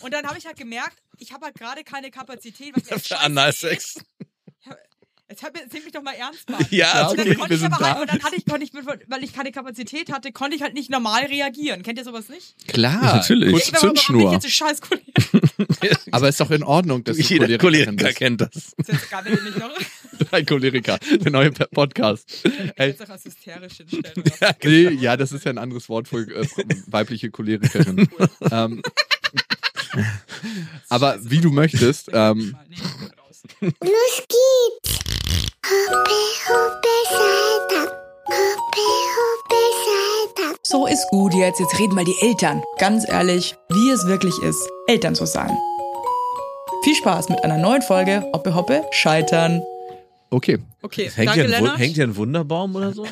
Und dann habe ich halt gemerkt, ich habe halt gerade keine Kapazität. Was mir echt Für scheiße Analsex. Jetzt hört mir- seht mich doch mal ernst mal. Ja, Und okay, dann konnte wir ich sind aber da. halt, und dann hatte ich, konnte ich, weil ich keine Kapazität hatte, konnte ich halt nicht normal reagieren. Kennt ihr sowas nicht? Klar. Natürlich. Kurz- Ich war aber, warum bin ich Zündschnur. jetzt ein scheiß Kollege? Aber ist doch in Ordnung, dass du Jeder Cholerikerin Choleriker bist. kennt das. Das ist jetzt gar nicht noch. Drei Choleriker. Der neue Pe- Podcast. Ey, Jetzt auch als hysterisch hinstellen. Oder? was? nee, ja, das ist ja ein anderes Wort für äh, weibliche Cholerikerin. ähm, aber wie du möchtest, ähm, Nee, ich bin raus. Los geht's! Hoppe, hoppe, Salda. Hoppe, hoppe, Salda. So ist gut jetzt. Jetzt reden mal die Eltern. Ganz ehrlich, wie es wirklich ist, Eltern zu sein. Viel Spaß mit einer neuen Folge Hoppe Hoppe Scheitern. okay. Okay, Hängt danke, hier, ein, Wun- Lennart. hängt hier ein Wunderbaum oder so?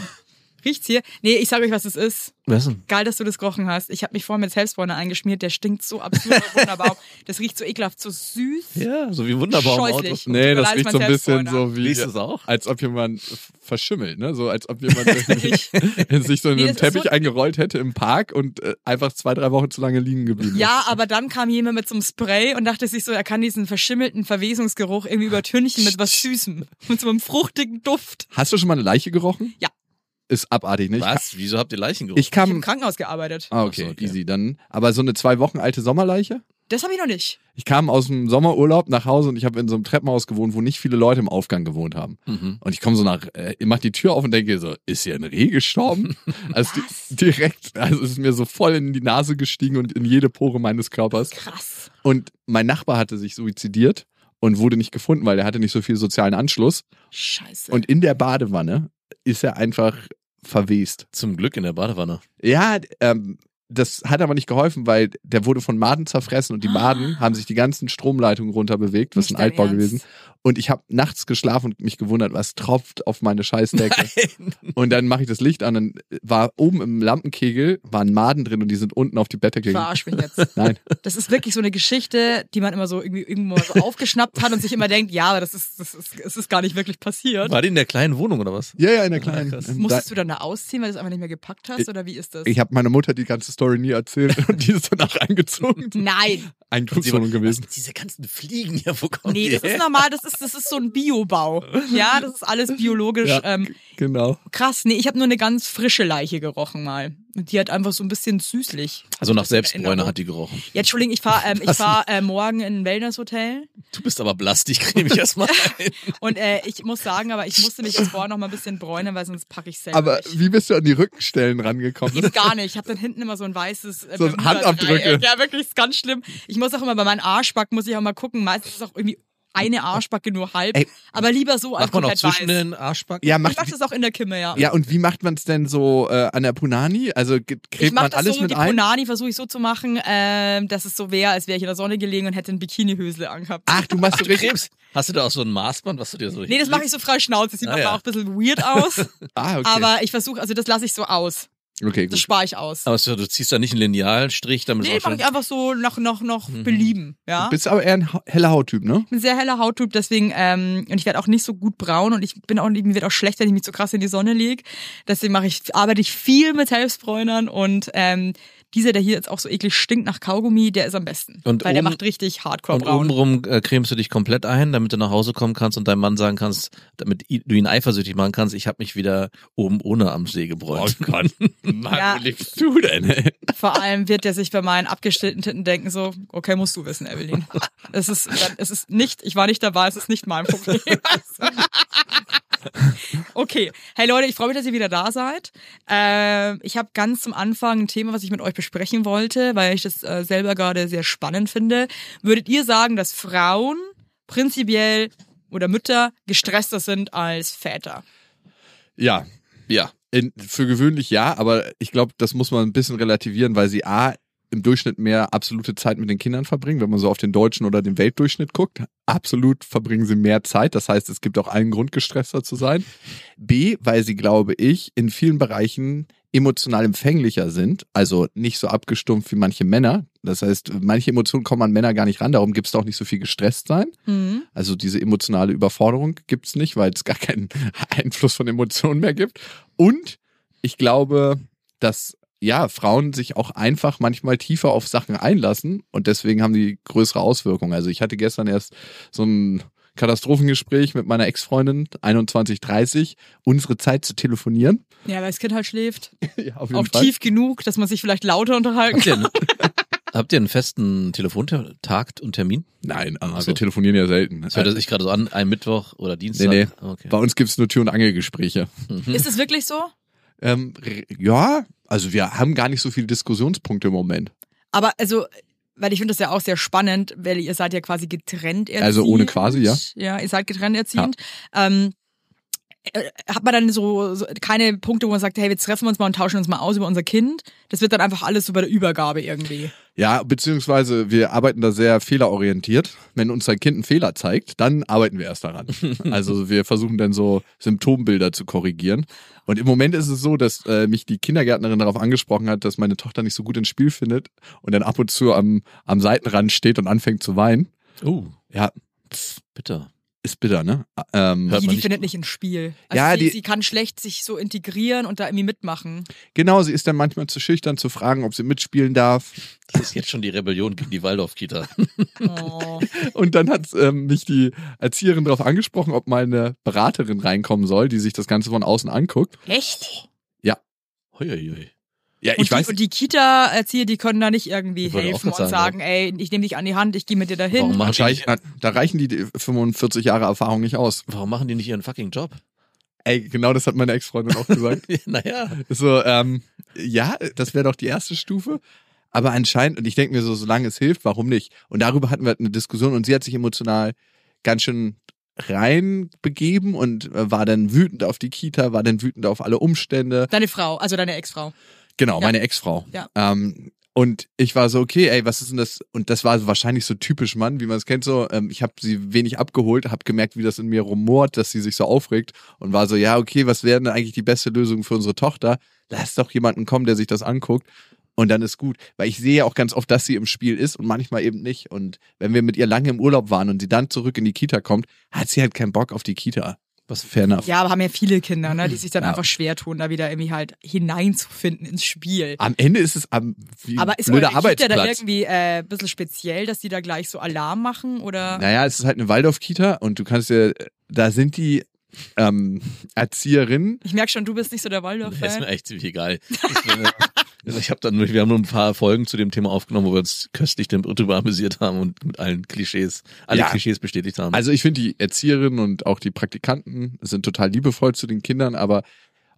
Riecht's hier? Nee, ich sag euch, was es ist. Was denn? Geil, dass du das gerochen hast. Ich habe mich vorhin mit Selbstbräuner eingeschmiert. Der stinkt so absurd wunderbar. Das riecht so ekelhaft, so süß. Ja, so wie ein Wunderbaum. im Auto. Scheußlich. Nee, das Vielleicht riecht mein so ein bisschen Selbstbräuner. so wie. Liest du es auch? Als ob jemand f- verschimmelt, ne? So als ob jemand irgendwie sich so in Nee, einem das ist Teppich so- eingerollt hätte im Park und äh, einfach zwei, drei Wochen zu lange liegen geblieben ist. Ja, aber dann kam jemand mit so einem Spray und dachte sich so, er kann diesen verschimmelten Verwesungsgeruch irgendwie übertünchen mit was Süßem. Mit so einem fruchtigen Duft. Hast du schon mal eine Leiche gerochen? Ja. Ist abartig, nicht? Was? Wieso habt ihr Leichen gerufen? Ich Ich habe im kam. Krankenhaus gearbeitet. Ah, okay, Ach so, okay. easy. Dann. Aber so eine zwei Wochen alte Sommerleiche? Das habe ich noch nicht. Ich kam aus dem Sommerurlaub nach Hause und ich habe in so einem Treppenhaus gewohnt, wo nicht viele Leute im Aufgang gewohnt haben. Mhm. Und ich komme so nach, äh, mach die Tür auf und denke so, ist hier ein Reh gestorben? Also di- direkt, also es ist mir so voll in die Nase gestiegen und in jede Pore meines Körpers. Krass. Und mein Nachbar hatte sich suizidiert und wurde nicht gefunden, weil er hatte nicht so viel sozialen Anschluss. Scheiße. Und in der Badewanne ist er einfach verwest. Zum Glück in der Badewanne. Ja, ähm, das hat aber nicht geholfen, weil der wurde von Maden zerfressen und die Maden haben sich die ganzen Stromleitungen runterbewegt. Das ist ein Ah. Nicht dein Altbau Ernst. gewesen. Und ich habe nachts geschlafen und mich gewundert, was tropft auf meine Scheißdecke. Und dann mache ich das Licht an und war oben im Lampenkegel waren Maden drin und die sind unten auf die Bettdecke. gegangen. Verarsch mich jetzt. Nein. Das ist wirklich so eine Geschichte, die man immer so irgendwie irgendwo mal so aufgeschnappt hat und sich immer denkt, ja, aber das ist, das ist, es ist gar nicht wirklich passiert. War die in der kleinen Wohnung oder was? Ja, ja, in der kleinen. krass. ähm, da, Musstest du dann da ausziehen, weil du es einfach nicht mehr gepackt hast? Oder wie ist das? ich habe meiner Mutter die ganze Story nie erzählt und die ist danach eingezogen. Nein. Einzugswohnung gewesen. Was, diese ganzen Fliegen hier, wo kommen Nee, die das ist her? normal, das ist, das ist so ein Biobau. Ja, das ist alles biologisch. Ja, Ähm, g- genau. krass, nee, ich habe nur eine ganz frische Leiche gerochen mal. Und die hat einfach so ein bisschen süßlich. Also nach Erinnerung. Selbstbräuner hat die gerochen. Ja, Entschuldigung, ich fahre ähm, ich fahr, äh, morgen in ein Wellness-Hotel. Du bist aber blass, dich creme ich erstmal ein. Und äh, ich muss sagen, aber ich musste mich jetzt vorher noch mal ein bisschen bräunen, weil sonst packe ich selber Aber nicht. wie bist du an die Rückenstellen rangekommen? Geht gar nicht. Ich habe dann hinten immer so ein weißes äh, So Bermuda-Dreieck. Handabdrücke. Ja, wirklich, ist ganz schlimm. Ich muss auch immer bei meinem Arschback, muss ich auch mal gucken. Meistens ist auch irgendwie eine Arschbacke nur halb. Ey. aber lieber so als Macht man auch komplett zwischen weiß. den Arschbacken? Ja, Ich mach das auch in der Kimme, ja. Ja, und wie macht man es denn so äh, an der Punani? Also ge- Ich cremt mache man das alles so, mit die ein? Punani versuche ich so zu machen, ähm, dass es so wäre, als wäre ich in der Sonne gelegen und hätte einen Bikinihösle angehabt. Ach, du machst Hast so du richtig. Krebs? Hast du da auch so ein Maßband, was du dir so Nee, das mache ich so frei Schnauze. Sieht Ah, manchmal ja. auch ein bisschen weird aus. Ah, okay. Aber ich versuche, also das lasse ich so aus. okay, Das gut. spare ich aus. Aber so, du ziehst da nicht einen Linealstrich, damit Nee, es auch mache schon... ich einfach so noch, noch, noch belieben. Ja? Bist aber eher ein ha- heller Hauttyp, ne? Ich bin ein sehr heller Hauttyp, deswegen, ähm, und ich werde auch nicht so gut braun und ich bin auch, mir wird auch schlecht, wenn ich mich so krass in die Sonne lege. Deswegen mache ich, arbeite ich viel mit Selbstbräunern und ähm, dieser, der hier jetzt auch so eklig stinkt nach Kaugummi, der ist am besten. Und weil der oben- macht richtig hardcore Und braun. obenrum äh, cremst du dich komplett ein, damit du nach Hause kommen kannst und deinem Mann sagen kannst, damit i- du ihn eifersüchtig machen kannst, ich habe mich wieder oben ohne am See gebräunt. Oh Gott. Mann, Ja. wo lebst du denn? Vor allem wird der sich bei meinen abgestellten Titten denken so, okay, musst du wissen, Evelyn. Es ist, es ist nicht, ich war nicht dabei, es ist nicht mein Problem. Okay, hey Leute, ich freue mich, dass ihr wieder da seid. Ähm, ich habe ganz zum Anfang ein Thema, was ich mit euch besprechen wollte, weil ich das äh, selber gerade sehr spannend finde. Würdet ihr sagen, dass Frauen prinzipiell oder Mütter gestresster sind als Väter? ja, Ja. in, für gewöhnlich ja, aber ich glaube, das muss man ein bisschen relativieren, weil sie A im Durchschnitt mehr absolute Zeit mit den Kindern verbringen, wenn man so auf den deutschen oder den Weltdurchschnitt guckt. Absolut verbringen sie mehr Zeit, das heißt, es gibt auch allen Grund, gestresster zu sein. B, weil sie, glaube ich, in vielen Bereichen emotional empfänglicher sind, also nicht so abgestumpft wie manche Männer. Das heißt, manche Emotionen kommen an Männer gar nicht ran, darum gibt es auch nicht so viel gestresst sein. Mhm. Also diese emotionale Überforderung gibt's nicht, weil es gar keinen Einfluss von Emotionen mehr gibt. Und ich glaube, dass ja, Frauen sich auch einfach manchmal tiefer auf Sachen einlassen und deswegen haben die größere Auswirkungen. Also ich hatte gestern erst so ein Katastrophengespräch mit meiner Ex-Freundin 21:30 unsere Zeit zu telefonieren. Ja, weil das Kind halt schläft. Ja, auf Auch tief genug, dass man sich vielleicht lauter unterhalten Habt ihr, kann. einen, habt ihr einen festen Telefontag und Termin? Nein, also Ach so. wir telefonieren ja selten. Das hört sich gerade so an, ein Mittwoch oder Dienstag. Nee, nee. Okay. Mhm. Bei uns gibt's nur Tür- und Angelgespräche. Hm. Ist es wirklich so? Ähm, r- ja, also wir haben gar nicht so viele Diskussionspunkte im Moment. Aber also, weil ich finde das ja auch sehr spannend, weil ihr seid ja quasi getrennt erziehend. Also ohne quasi, ja. Ja, ihr seid getrennt erziehend. Ähm, äh, hat man dann so, so keine Punkte, wo man sagt, hey, jetzt treffen wir uns mal und tauschen uns mal aus über unser Kind? Das wird dann einfach alles so bei der Übergabe irgendwie. Ja, beziehungsweise wir arbeiten da sehr fehlerorientiert. Wenn uns ein Kind einen Fehler zeigt, dann arbeiten wir erst daran. Also wir versuchen dann so Symptombilder zu korrigieren. Und im Moment ist es so, dass äh, mich die Kindergärtnerin darauf angesprochen hat, dass meine Tochter nicht so gut ins Spiel findet und dann ab und zu am, am Seitenrand steht und anfängt zu weinen. Oh, Uh, Ja, bitte. ist bitter, ne? Ähm, Hört Die, die man nicht- findet nicht ins Spiel. Also Ja, sie, die- sie kann schlecht sich so integrieren und da irgendwie mitmachen. genau, sie ist dann manchmal zu schüchtern, zu fragen, ob sie mitspielen darf. Das ist jetzt schon die Rebellion gegen die Waldorf-Kita. Oh. Und dann hat ähm, mich die Erzieherin darauf angesprochen, ob meine Beraterin reinkommen soll, die sich das Ganze von außen anguckt. Echt? Huiuiui. Ja, Und, die, und die Kita-Erzieher, die können da nicht irgendwie Ich wollte auch helfen und grad sagen, sagen, ey, ich nehme dich an die Hand, ich gehe mit dir dahin. Warum machen, die Wahrscheinlich, nicht, na, da reichen die 45 Jahre Erfahrung nicht aus. warum machen die nicht ihren fucking Job? Ey, genau das hat meine Ex-Freundin auch gesagt. naja. so, ähm, ja, das wäre doch die erste Stufe. Aber anscheinend, und ich denke mir so, solange es hilft, warum nicht? Und darüber hatten wir halt eine Diskussion und sie hat sich emotional ganz schön reinbegeben und äh, war dann wütend auf die Kita, war dann wütend auf alle Umstände. Deine Frau, also deine Ex-Frau. Genau, Ja. meine Ex-Frau. Ja. Ähm, und ich war so, okay, ey, was ist denn das? Und das war wahrscheinlich so typisch Mann, wie man es kennt, so, ähm, ich habe sie wenig abgeholt, habe gemerkt, wie das in mir rumort, dass sie sich so aufregt und war so, ja, okay, was wäre denn eigentlich die beste Lösung für unsere Tochter? Lass doch jemanden kommen, der sich das anguckt. Und dann ist gut, weil ich sehe ja auch ganz oft, dass sie im Spiel ist und manchmal eben nicht. Und wenn wir mit ihr lange im Urlaub waren und sie dann zurück in die Kita kommt, hat sie halt keinen Bock auf die Kita. Was fair enough. Ja, aber haben ja viele Kinder, Mhm. ne, die sich dann Ja. einfach schwer tun, da wieder irgendwie halt hineinzufinden ins Spiel. Ah, Am Ende ist es am wie Aber ist blöder eure Kita Arbeitsplatz. da irgendwie äh, ein bisschen speziell, dass die da gleich so Alarm machen? Oder? Naja, es ist halt eine Waldorf-Kita und du kannst ja, da sind die ähm, Erzieherinnen. Ich merke schon, du bist nicht so der Das ist mir Waldorf-Fan. echt ziemlich egal. Ich bin- Also ich habe dann, wir haben nur ein paar Folgen zu dem Thema aufgenommen, wo wir uns köstlich darüber amüsiert haben und mit allen Klischees, alle Ja. Klischees bestätigt haben. Also ich finde, die Erzieherinnen und auch die Praktikanten sind total liebevoll zu den Kindern, aber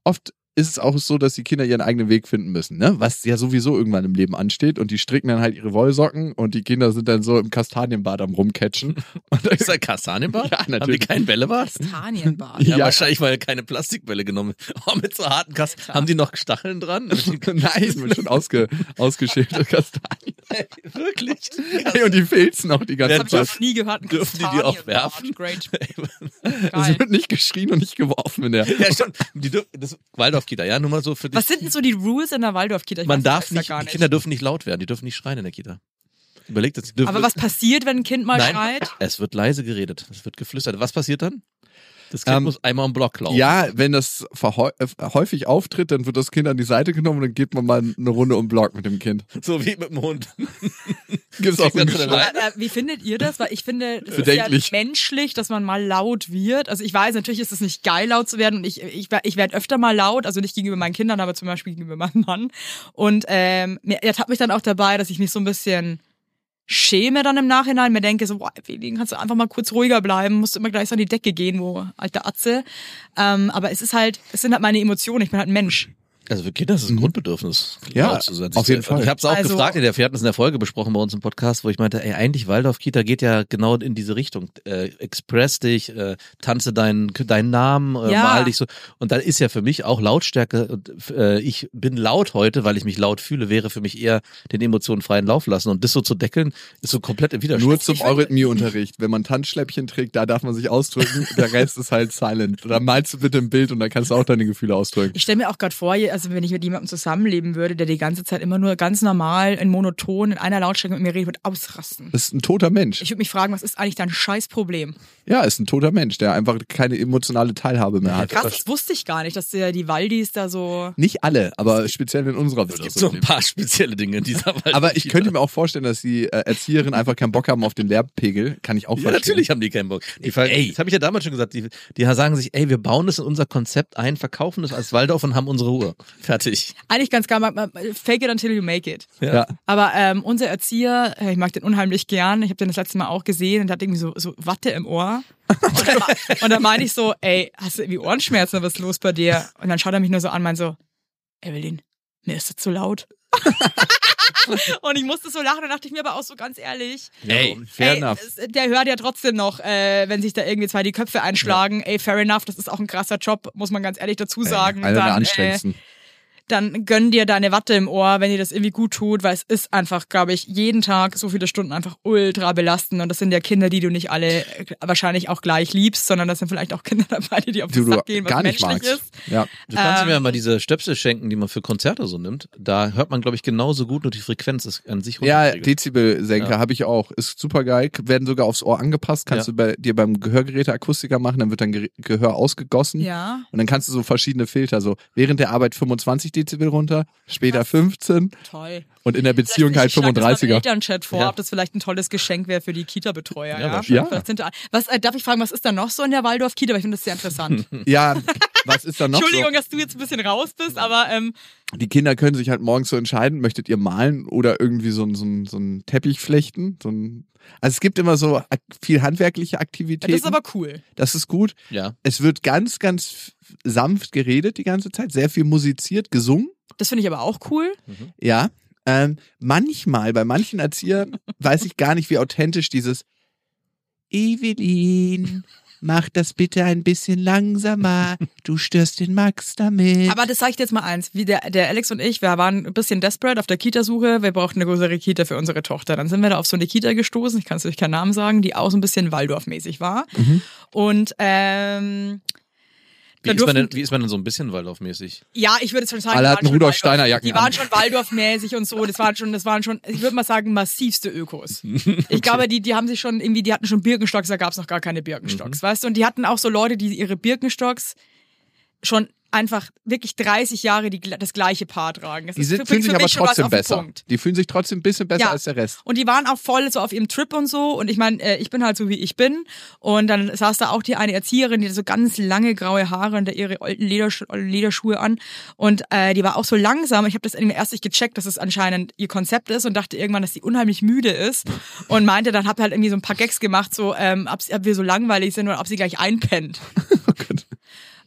oft ist es auch so, dass die Kinder ihren eigenen Weg finden müssen, ne? Was ja sowieso irgendwann im Leben ansteht und die stricken dann halt ihre Wollsocken und die Kinder sind dann so im Kastanienbad am rumcatchen. Und ist ein Kastanienbad? Ja, Haben die natürlich. kein Bällebad? Kastanienbad. Ja, Ja. wahrscheinlich, weil keine Plastikbälle genommen. Oh, mit so harten Kasten. Haben die noch Stacheln dran? Nein, wird schon ausge, ausgeschälte Kastanien. Wirklich? Ey, und die filzen auch die ganze Hab ich auch Zeit. noch nie gehört. ein Dürfen die die auch Kastanienbad. werfen? Great. Es Geil. wird nicht geschrien und nicht geworfen in der Ja, schon. Die dür- das Waldorf-Kita, ja, nur mal so für dich. Was sind denn so die Rules in der Waldorf-Kita? Ich Man weiß das darf extra nicht, die Kinder dürfen nicht laut werden, die dürfen nicht schreien in der Kita. Überlegt das, die dürfen. Aber was passiert, wenn ein Kind mal Nein. schreit? Es wird leise geredet, es wird geflüstert. Was passiert dann? Das Kind Ähm, muss einmal im Block laufen. Ja, wenn das verhäu- äh, häufig auftritt, dann wird das Kind an die Seite genommen und dann geht man mal eine Runde um den Block mit dem Kind. So wie mit dem Hund. Gibt's auch so ein Kriegt man Geschrei? Nein. Aber äh, Wie findet ihr das? Weil ich finde, das ist ja Bedenklich. menschlich, dass man mal laut wird. Also ich weiß, natürlich ist es nicht geil, laut zu werden. Und ich, ich, ich werde öfter mal laut, also nicht gegenüber meinen Kindern, aber zum Beispiel gegenüber meinem Mann. Und ähm, mir ertappt mich dann auch dabei, dass ich mich so ein bisschen schäme dann im Nachhinein. Mir denke so, boah, Evelyn, kannst du einfach mal kurz ruhiger bleiben, musst du immer gleich so an die Decke gehen, wo alter Atze. Ähm, aber es ist halt, es sind halt meine Emotionen, ich bin halt ein Mensch. Also für Kinder ist es ein Grundbedürfnis, Mhm. Ja, laut zu sein. auf jeden Fall. Ich habe es auch Also- gefragt, in der, wir hatten es in der Folge besprochen bei uns im Podcast, wo ich meinte, ey, eigentlich Waldorf-Kita geht ja genau in diese Richtung. Äh, express dich, äh, tanze deinen deinen Namen, äh, Ja. mal dich so. Und dann ist ja für mich auch Lautstärke, und, äh, ich bin laut heute, weil ich mich laut fühle, wäre für mich eher den Emotionen freien Lauf lassen. Und das so zu deckeln, ist so komplett im Widerspruch. Nur zum Eurythmie-Unterricht. Wenn man Tanzschläppchen trägt, da darf man sich ausdrücken, der Rest ist halt silent. Dann malst du bitte ein Bild und dann kannst du auch deine Gefühle ausdrücken. Ich stelle mir auch gerade vor, ihr also wenn ich mit jemandem zusammenleben würde, der die ganze Zeit immer nur ganz normal, in monoton, in einer Lautstärke mit mir redet, würde ich ausrasten. Das ist ein toter Mensch. Ich würde mich fragen, was ist eigentlich dein Scheißproblem? Ja, ist ein toter Mensch, der einfach keine emotionale Teilhabe mehr hat. Krass, das wusste ich gar nicht, dass der, die Waldis da so. Nicht alle, aber speziell in unserer Welt. so ein paar spezielle Dinge in dieser Welt. Aber ich könnte mir auch vorstellen, dass die äh, Erzieherinnen einfach keinen Bock haben auf den Lehrpegel. Kann ich auch Ja, verstehen. natürlich haben die keinen Bock. Die ver- Ey. Das habe ich ja damals schon gesagt. Die, die sagen sich, ey, wir bauen das in unser Konzept ein, verkaufen das als Waldorf und haben unsere Ruhe. Fertig. Eigentlich ganz geil, man- man- fake it until you make it. Ja. Aber ähm, unser Erzieher, äh, ich mag den unheimlich gern, ich habe den das letzte Mal auch gesehen und hat irgendwie so, so Watte im Ohr. Und dann, ma- und dann meine ich so, ey, hast du irgendwie Ohrenschmerzen oder was ist los bei dir? Und dann schaut er mich nur so an, meint so, Evelyn, mir ist das zu laut. und ich musste so lachen und dachte ich mir aber auch so ganz ehrlich, Ey. Fair ey, enough. es- der hört ja trotzdem noch, äh, wenn sich da irgendwie zwei die Köpfe einschlagen, ey, fair enough, das ist auch ein krasser Job, muss man ganz ehrlich dazu sagen. Einer der dann, äh, anstrengendsten. dann gönn dir deine Watte im Ohr, wenn dir das irgendwie gut tut, weil es ist einfach, glaube ich, jeden Tag so viele Stunden einfach ultra belastend und das sind ja Kinder, die du nicht alle äh, wahrscheinlich auch gleich liebst, sondern das sind vielleicht auch Kinder dabei, die dir auf du, den du Sack gehen, was gar nicht menschlich magst. ist. Ja. Du kannst Ähm. mir ja mal diese Stöpsel schenken, die man für Konzerte so nimmt. Da hört man, glaube ich, genauso gut, nur die Frequenz ist an sich Ja, runtergeregelt. Dezibelsenker habe ich auch. Ist super geil. Werden sogar aufs Ohr angepasst. Kannst Ja. du bei, dir beim Gehörgeräte Akustiker machen, dann wird dein Ge Gehör ausgegossen. Ja. Und dann kannst du so verschiedene Filter, so während der Arbeit 25 Dezibel runter, später 15 Toll. und in der Beziehung halt ich schlage das meinem 35er. Elternchat vor, Ja. ob das vielleicht ein tolles Geschenk wäre für die Kita-Betreuer. Ja, Ja, wahrscheinlich. Vielleicht sind da- Was, äh, darf ich fragen, was ist da noch so in der Waldorf-Kita? Weil ich finde das sehr interessant. Ja, was ist da Hm. noch so? Entschuldigung, dass du jetzt ein bisschen raus bist, aber ähm, Die Kinder können sich halt morgens so entscheiden, möchtet ihr malen oder irgendwie so einen so einen- so einen Teppich flechten. So ein also es gibt immer so ak- viel handwerkliche ja, Aktivitäten. das ist aber cool. das ist gut. Ja. Es wird ganz, ganz f- sanft geredet die ganze Zeit, sehr viel musiziert, gesungen. Das finde ich aber auch cool. Ja. Ähm, manchmal, bei manchen Erziehern, weiß ich gar nicht, wie authentisch dieses Evelyn, mach das bitte ein bisschen langsamer. Du störst den Max damit. Aber das sage ich dir jetzt mal eins. Wie der, der Alex und ich, wir waren ein bisschen desperate auf der Kita-Suche. Wir brauchten eine größere Kita für unsere Tochter. Dann sind wir da auf so eine Kita gestoßen, ich kann es euch keinen Namen sagen, die auch so ein bisschen Waldorf-mäßig war. Und ähm, Wie Da ist, man denn, durften- wie ist man denn so ein bisschen Waldorfmäßig? ja, ich würde schon sagen, Alle die hatten waren schon Rudolf Waldorf- Steiner Jacken Die waren an. schon Waldorfmäßig und so. Das waren schon, das waren schon, ich würde mal sagen, massivste Ökos. Ich glaube, die, die haben sich schon irgendwie, die hatten schon Birkenstocks, da gab's noch gar keine Birkenstocks, Mhm. weißt du? Und die hatten auch so Leute, die ihre Birkenstocks schon einfach wirklich 30 Jahre die, gl- das gleiche Paar tragen. Das Die ist sind, für- fühlen für sich aber mich schon was trotzdem auf den besser. Punkt. Die fühlen sich trotzdem ein bisschen besser Ja. als der Rest. Und die waren auch voll so auf ihrem Trip und so. Und ich meine, äh, ich bin halt so, wie ich bin. Und dann saß da auch die eine Erzieherin, die hatte so ganz lange graue Haare und da ihre alten Ledersch Lederschuhe an. Und äh, die war auch so langsam. Ich habe das irgendwie erst nicht gecheckt, dass es anscheinend ihr Konzept ist und dachte irgendwann, dass sie unheimlich müde ist. Und meinte, dann hab halt irgendwie so ein paar Gags gemacht, so ähm, ob, sie- ob wir so langweilig sind oder ob sie gleich einpennt.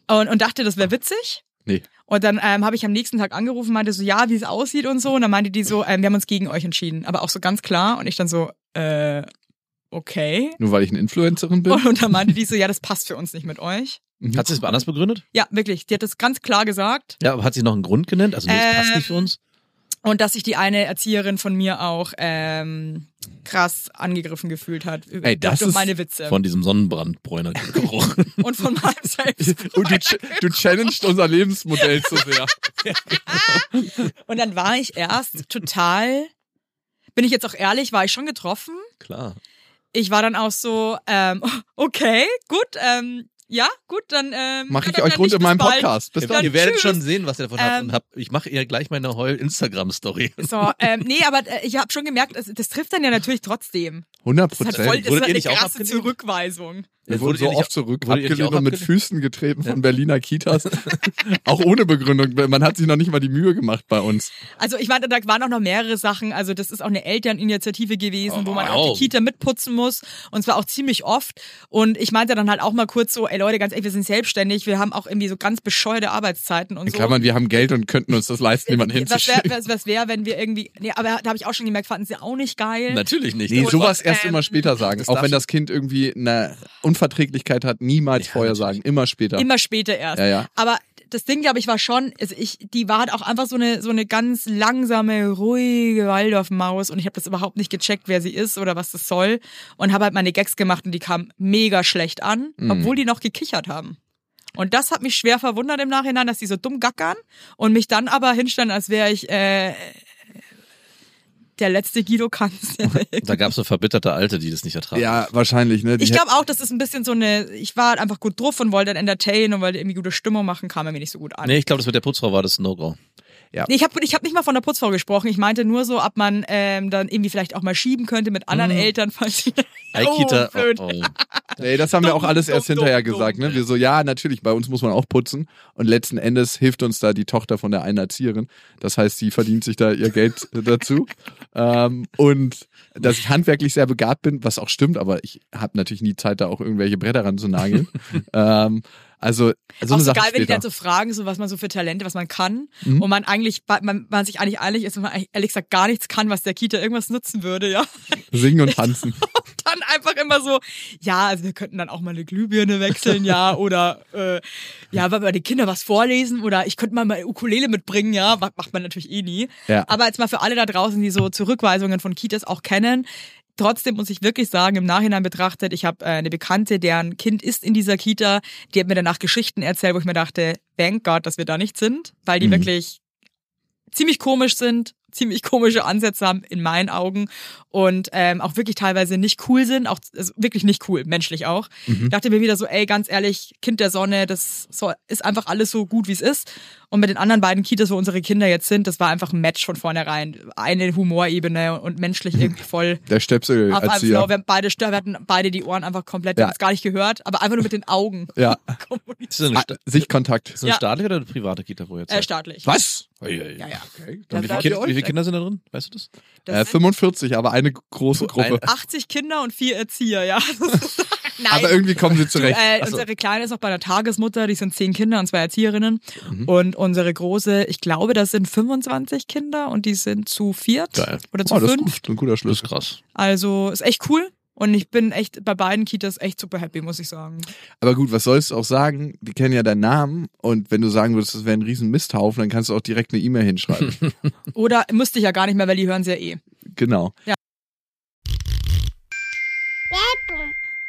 und, und dachte, das wäre witzig. Nee. Und dann ähm, habe ich am nächsten Tag angerufen, meinte so, ja, wie es aussieht und so. Und dann meinte die so, ähm, wir haben uns gegen euch entschieden. Aber auch so ganz klar. Und ich dann so, äh, okay. Nur weil ich eine Influencerin bin. Mhm. Und, und dann meinte die so, ja, das passt für uns nicht mit euch. Hat sie es mal anders begründet? Ja, wirklich. Die hat das ganz klar gesagt. Ja, aber hat sie noch einen Grund genannt? Also, nee, das passt Ähm, nicht für uns. Und dass sich die eine Erzieherin von mir auch ähm, krass angegriffen gefühlt hat. über- Ey, das durch ist meine Witze. Von diesem Sonnenbrandbräuner Geruch. und von meinem selbst. Und du, ch- du challengest unser Lebensmodell zu sehr. Und dann war ich erst total, bin ich jetzt auch ehrlich, war ich schon getroffen. Klar. ich war dann auch so, ähm, okay, gut, ähm, ja, gut, dann ähm, Mache ja, ich dann- euch dann rund nicht, in bis meinem bald. Podcast. Bis dann. Ihr werdet tschüss. schon sehen, was ihr davon habt. Ähm. Und hab, ich mache ihr gleich meine Heul-Instagram-Story. So, ähm, nee, aber äh, ich habe schon gemerkt, das, das trifft dann ja natürlich trotzdem. 100 Das ist halt voll, Prozent. das ist Wurdet ihr halt nicht auch eine krasse abgelehnt? Zurückweisung. Wir wurden Wurdet ihr so nicht- oft zurück wurdet ihr nicht abgelehnt und mit abgelehnt? Füßen getreten von Berliner Kitas. auch ohne Begründung. Man hat sich noch nicht mal die Mühe gemacht bei uns. Also ich meine, da waren auch noch mehrere Sachen. Also das ist auch eine Elterninitiative gewesen, wo man Oh. auch die Kita mitputzen muss. Und zwar auch ziemlich oft. Und ich meinte dann halt auch mal kurz so, ey Leute, ganz ehrlich, wir sind selbstständig. Wir haben auch irgendwie so ganz bescheuerte Arbeitszeiten und In so. Klammern, wir haben Geld und könnten uns das leisten, jemanden Äh, was wäre, was, hinzuschicken. was wär, wenn wir irgendwie... Nee, aber da habe ich auch schon gemerkt, fanden sie auch nicht geil. Natürlich nicht. Nee, Aber- sowas und, erst ähm, immer später sagen. das Auch darf wenn ich- das Kind irgendwie eine Unverträglichkeit hat, niemals Ja, vorher natürlich. sagen. Immer später. Immer später erst. Ja, ja. Aber das Ding, glaube ich, war schon, also ich, die war halt auch einfach so eine, so eine ganz langsame, ruhige Waldorf-Maus und ich habe das überhaupt nicht gecheckt, wer sie ist oder was das soll Mhm. und habe halt meine Gags gemacht und die kamen mega schlecht an, obwohl die noch gekichert haben. Und Und das hat mich schwer verwundert im Nachhinein, dass die so dumm gackern und mich dann aber hinstellen, als wäre ich äh, der letzte Guido Kanz der Welt. Da gab es eine verbitterte Alte, die das nicht ertragen Ja, wahrscheinlich, ne? Die Ich glaube auch, das ist ein bisschen so eine, ich war halt einfach gut drauf und wollte entertainen und wollte irgendwie gute Stimmung machen, kam er mir nicht so gut an. Nee, ich glaube, das mit der Putzfrau war das ein No-Go. Nee, ich habe ich hab nicht mal von der Putzfrau gesprochen. Ich meinte nur so, ob man ähm, dann irgendwie vielleicht auch mal schieben könnte mit anderen Mm. Eltern, falls die. Aikita, Oh, blöd. oh, oh. Nee, das haben wir Dumm, auch alles dumm, erst dumm, hinterher dumm. gesagt, ne? Wir so, ja, natürlich, bei uns muss man auch putzen. Und letzten Endes hilft uns da die Tochter von der einen Erzieherin. Das heißt, sie verdient sich da ihr Geld dazu. Ähm, und dass ich handwerklich sehr begabt bin, was auch stimmt, aber ich habe natürlich nie Zeit, da auch irgendwelche Bretter ran zu nageln. ähm, also, so auch eine so Sache geil, wenn die später. dann so fragen, so was man so für Talente, was man kann. Mhm. Und man eigentlich, man, man sich eigentlich einig ist und man eigentlich, ehrlich gesagt gar nichts kann, was der Kita irgendwas nutzen würde, ja. Singen und tanzen. Dann einfach immer so, ja, also wir könnten dann auch mal eine Glühbirne wechseln, ja, oder äh, ja, weil wir den Kindern was vorlesen oder ich könnte mal meine Ukulele mitbringen, ja, was macht man natürlich eh nie. Ja. Aber jetzt mal für alle da draußen, die so Zurückweisungen von Kitas auch kennen. Trotzdem muss ich wirklich sagen, im Nachhinein betrachtet, ich habe äh, eine Bekannte, deren Kind ist in dieser Kita, die hat mir danach Geschichten erzählt, wo ich mir dachte, thank God, dass wir da nicht sind, weil die Mhm. wirklich ziemlich komisch sind, ziemlich komische Ansätze haben in meinen Augen und ähm, auch wirklich teilweise nicht cool sind, auch also wirklich nicht cool, menschlich auch. Mhm. Dachte mir wieder so, ey, ganz ehrlich, Kind der Sonne, das soll, ist einfach alles so gut, wie es ist. Und mit den anderen beiden Kitas, wo unsere Kinder jetzt sind, das war einfach ein Match von vornherein. Eine Humorebene und menschlich irgendwie voll Der auf einem Flow. Stöpsel-Erzieher. Wir, haben beide, wir hatten beide die Ohren einfach komplett, wir Ja. haben es gar nicht gehört, aber einfach nur mit den Augen Ja, Ist das eine, Ah, Sta- Sichtkontakt. ist das eine Ja. staatliche oder eine private Kita, wo ihr jetzt äh, seid? staatlich. Was? Äh, Ui, ui, ui. Ja, ja. Okay. Da- Und wie, da- viele Kinder, wie viele Kinder sind da drin? Weißt du das? Äh, Das sind 45, aber eine große Gruppe. 80 Kinder und vier Erzieher, ja. Also Nein. Aber irgendwie kommen sie zurecht. Also, Äh, Ach so. unsere Kleine ist noch bei einer Tagesmutter, die sind zehn Kinder und zwei Erzieherinnen. Mhm. Und unsere Große, ich glaube, das sind 25 Kinder und die sind zu viert Geil. oder zu Oh, das ist fünf. gut. ein guter Das Schluss. ist krass. Also ist echt cool. Und ich bin echt bei beiden Kitas echt super happy, muss ich sagen. Aber gut, was sollst du auch sagen? Die kennen ja deinen Namen und wenn du sagen würdest, das wäre ein riesen Misthaufen, dann kannst du auch direkt eine E-Mail hinschreiben. Oder müsste ich ja gar nicht mehr, weil die hören sie ja eh. genau.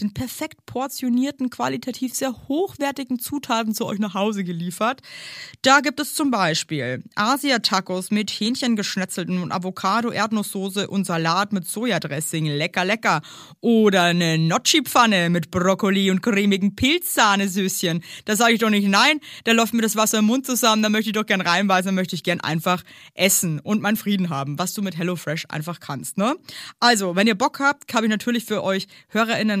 den perfekt portionierten, qualitativ sehr hochwertigen Zutaten zu euch nach Hause geliefert. Da gibt es zum Beispiel Asia-Tacos mit Hähnchen geschnetzelten und Avocado-Erdnusssoße und Salat mit Sojadressing. Lecker, lecker. Oder eine Nocci-Pfanne mit Brokkoli und cremigen Pilzsahnesüßchen. Da sage ich doch nicht nein, da läuft mir das Wasser im Mund zusammen, da möchte ich doch gern reinbeißen, da möchte ich gern einfach essen und meinen Frieden haben, was du mit HelloFresh einfach kannst. Ne? Also, wenn ihr Bock habt, habe ich natürlich für euch HörerInnen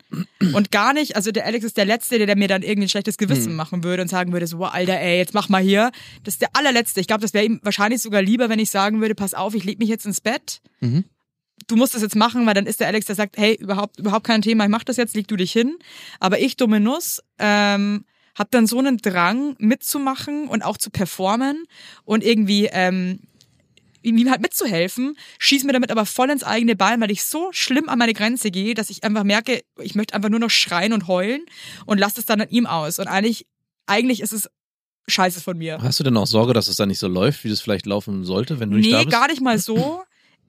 Und gar nicht, also der Alex ist der Letzte, der, der mir dann irgendwie ein schlechtes Gewissen Hm. machen würde und sagen würde, so, boah, Alter, ey, jetzt mach mal hier. Das ist der allerletzte. Ich glaube, das wäre ihm wahrscheinlich sogar lieber, wenn ich sagen würde, pass auf, ich leg mich jetzt ins Bett. Mhm. Du musst das jetzt machen, weil dann ist der Alex, der sagt, hey, überhaupt, überhaupt kein Thema, ich mach das jetzt, leg du dich hin. Aber ich, dumme Nuss, ähm, hab dann so einen Drang mitzumachen und auch zu performen und irgendwie ähm, ihm ihm halt mitzuhelfen, schieß mir damit aber voll ins eigene Bein, weil ich so schlimm an meine Grenze gehe, dass ich einfach merke, ich möchte einfach nur noch schreien und heulen und lasse es dann an ihm aus. Und eigentlich, eigentlich ist es scheiße von mir. Hast du denn auch Sorge, dass es dann nicht so läuft, wie das vielleicht laufen sollte, wenn du nicht nee, da bist? gar nicht mal so.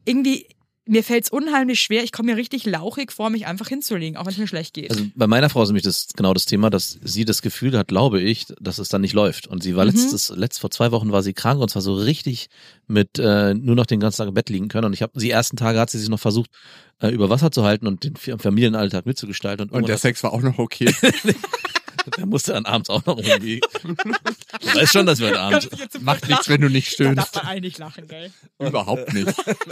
Irgendwie, mir fällt es unheimlich schwer. Ich komme mir richtig lauchig vor, mich einfach hinzulegen, auch wenn es mir schlecht geht. Also bei meiner Frau ist nämlich das genau das Thema, dass sie das Gefühl hat, glaube ich, dass es dann nicht läuft. Und sie war Mhm. letztes, letzt vor zwei Wochen war sie krank und zwar so richtig mit äh, nur noch den ganzen Tag im Bett liegen können. Und ich habe die ersten Tage hat sie sich noch versucht äh, über Wasser zu halten und den Fi- Familienalltag mitzugestalten. Und, Oh, Und der irgendwann- Sex war auch noch okay. der musste dann abends auch noch irgendwie. Ich weiß schon, dass wir heute Abend. Macht nichts, wenn du nicht Da darf stöhnst. man eigentlich lachen, gell? Überhaupt nicht.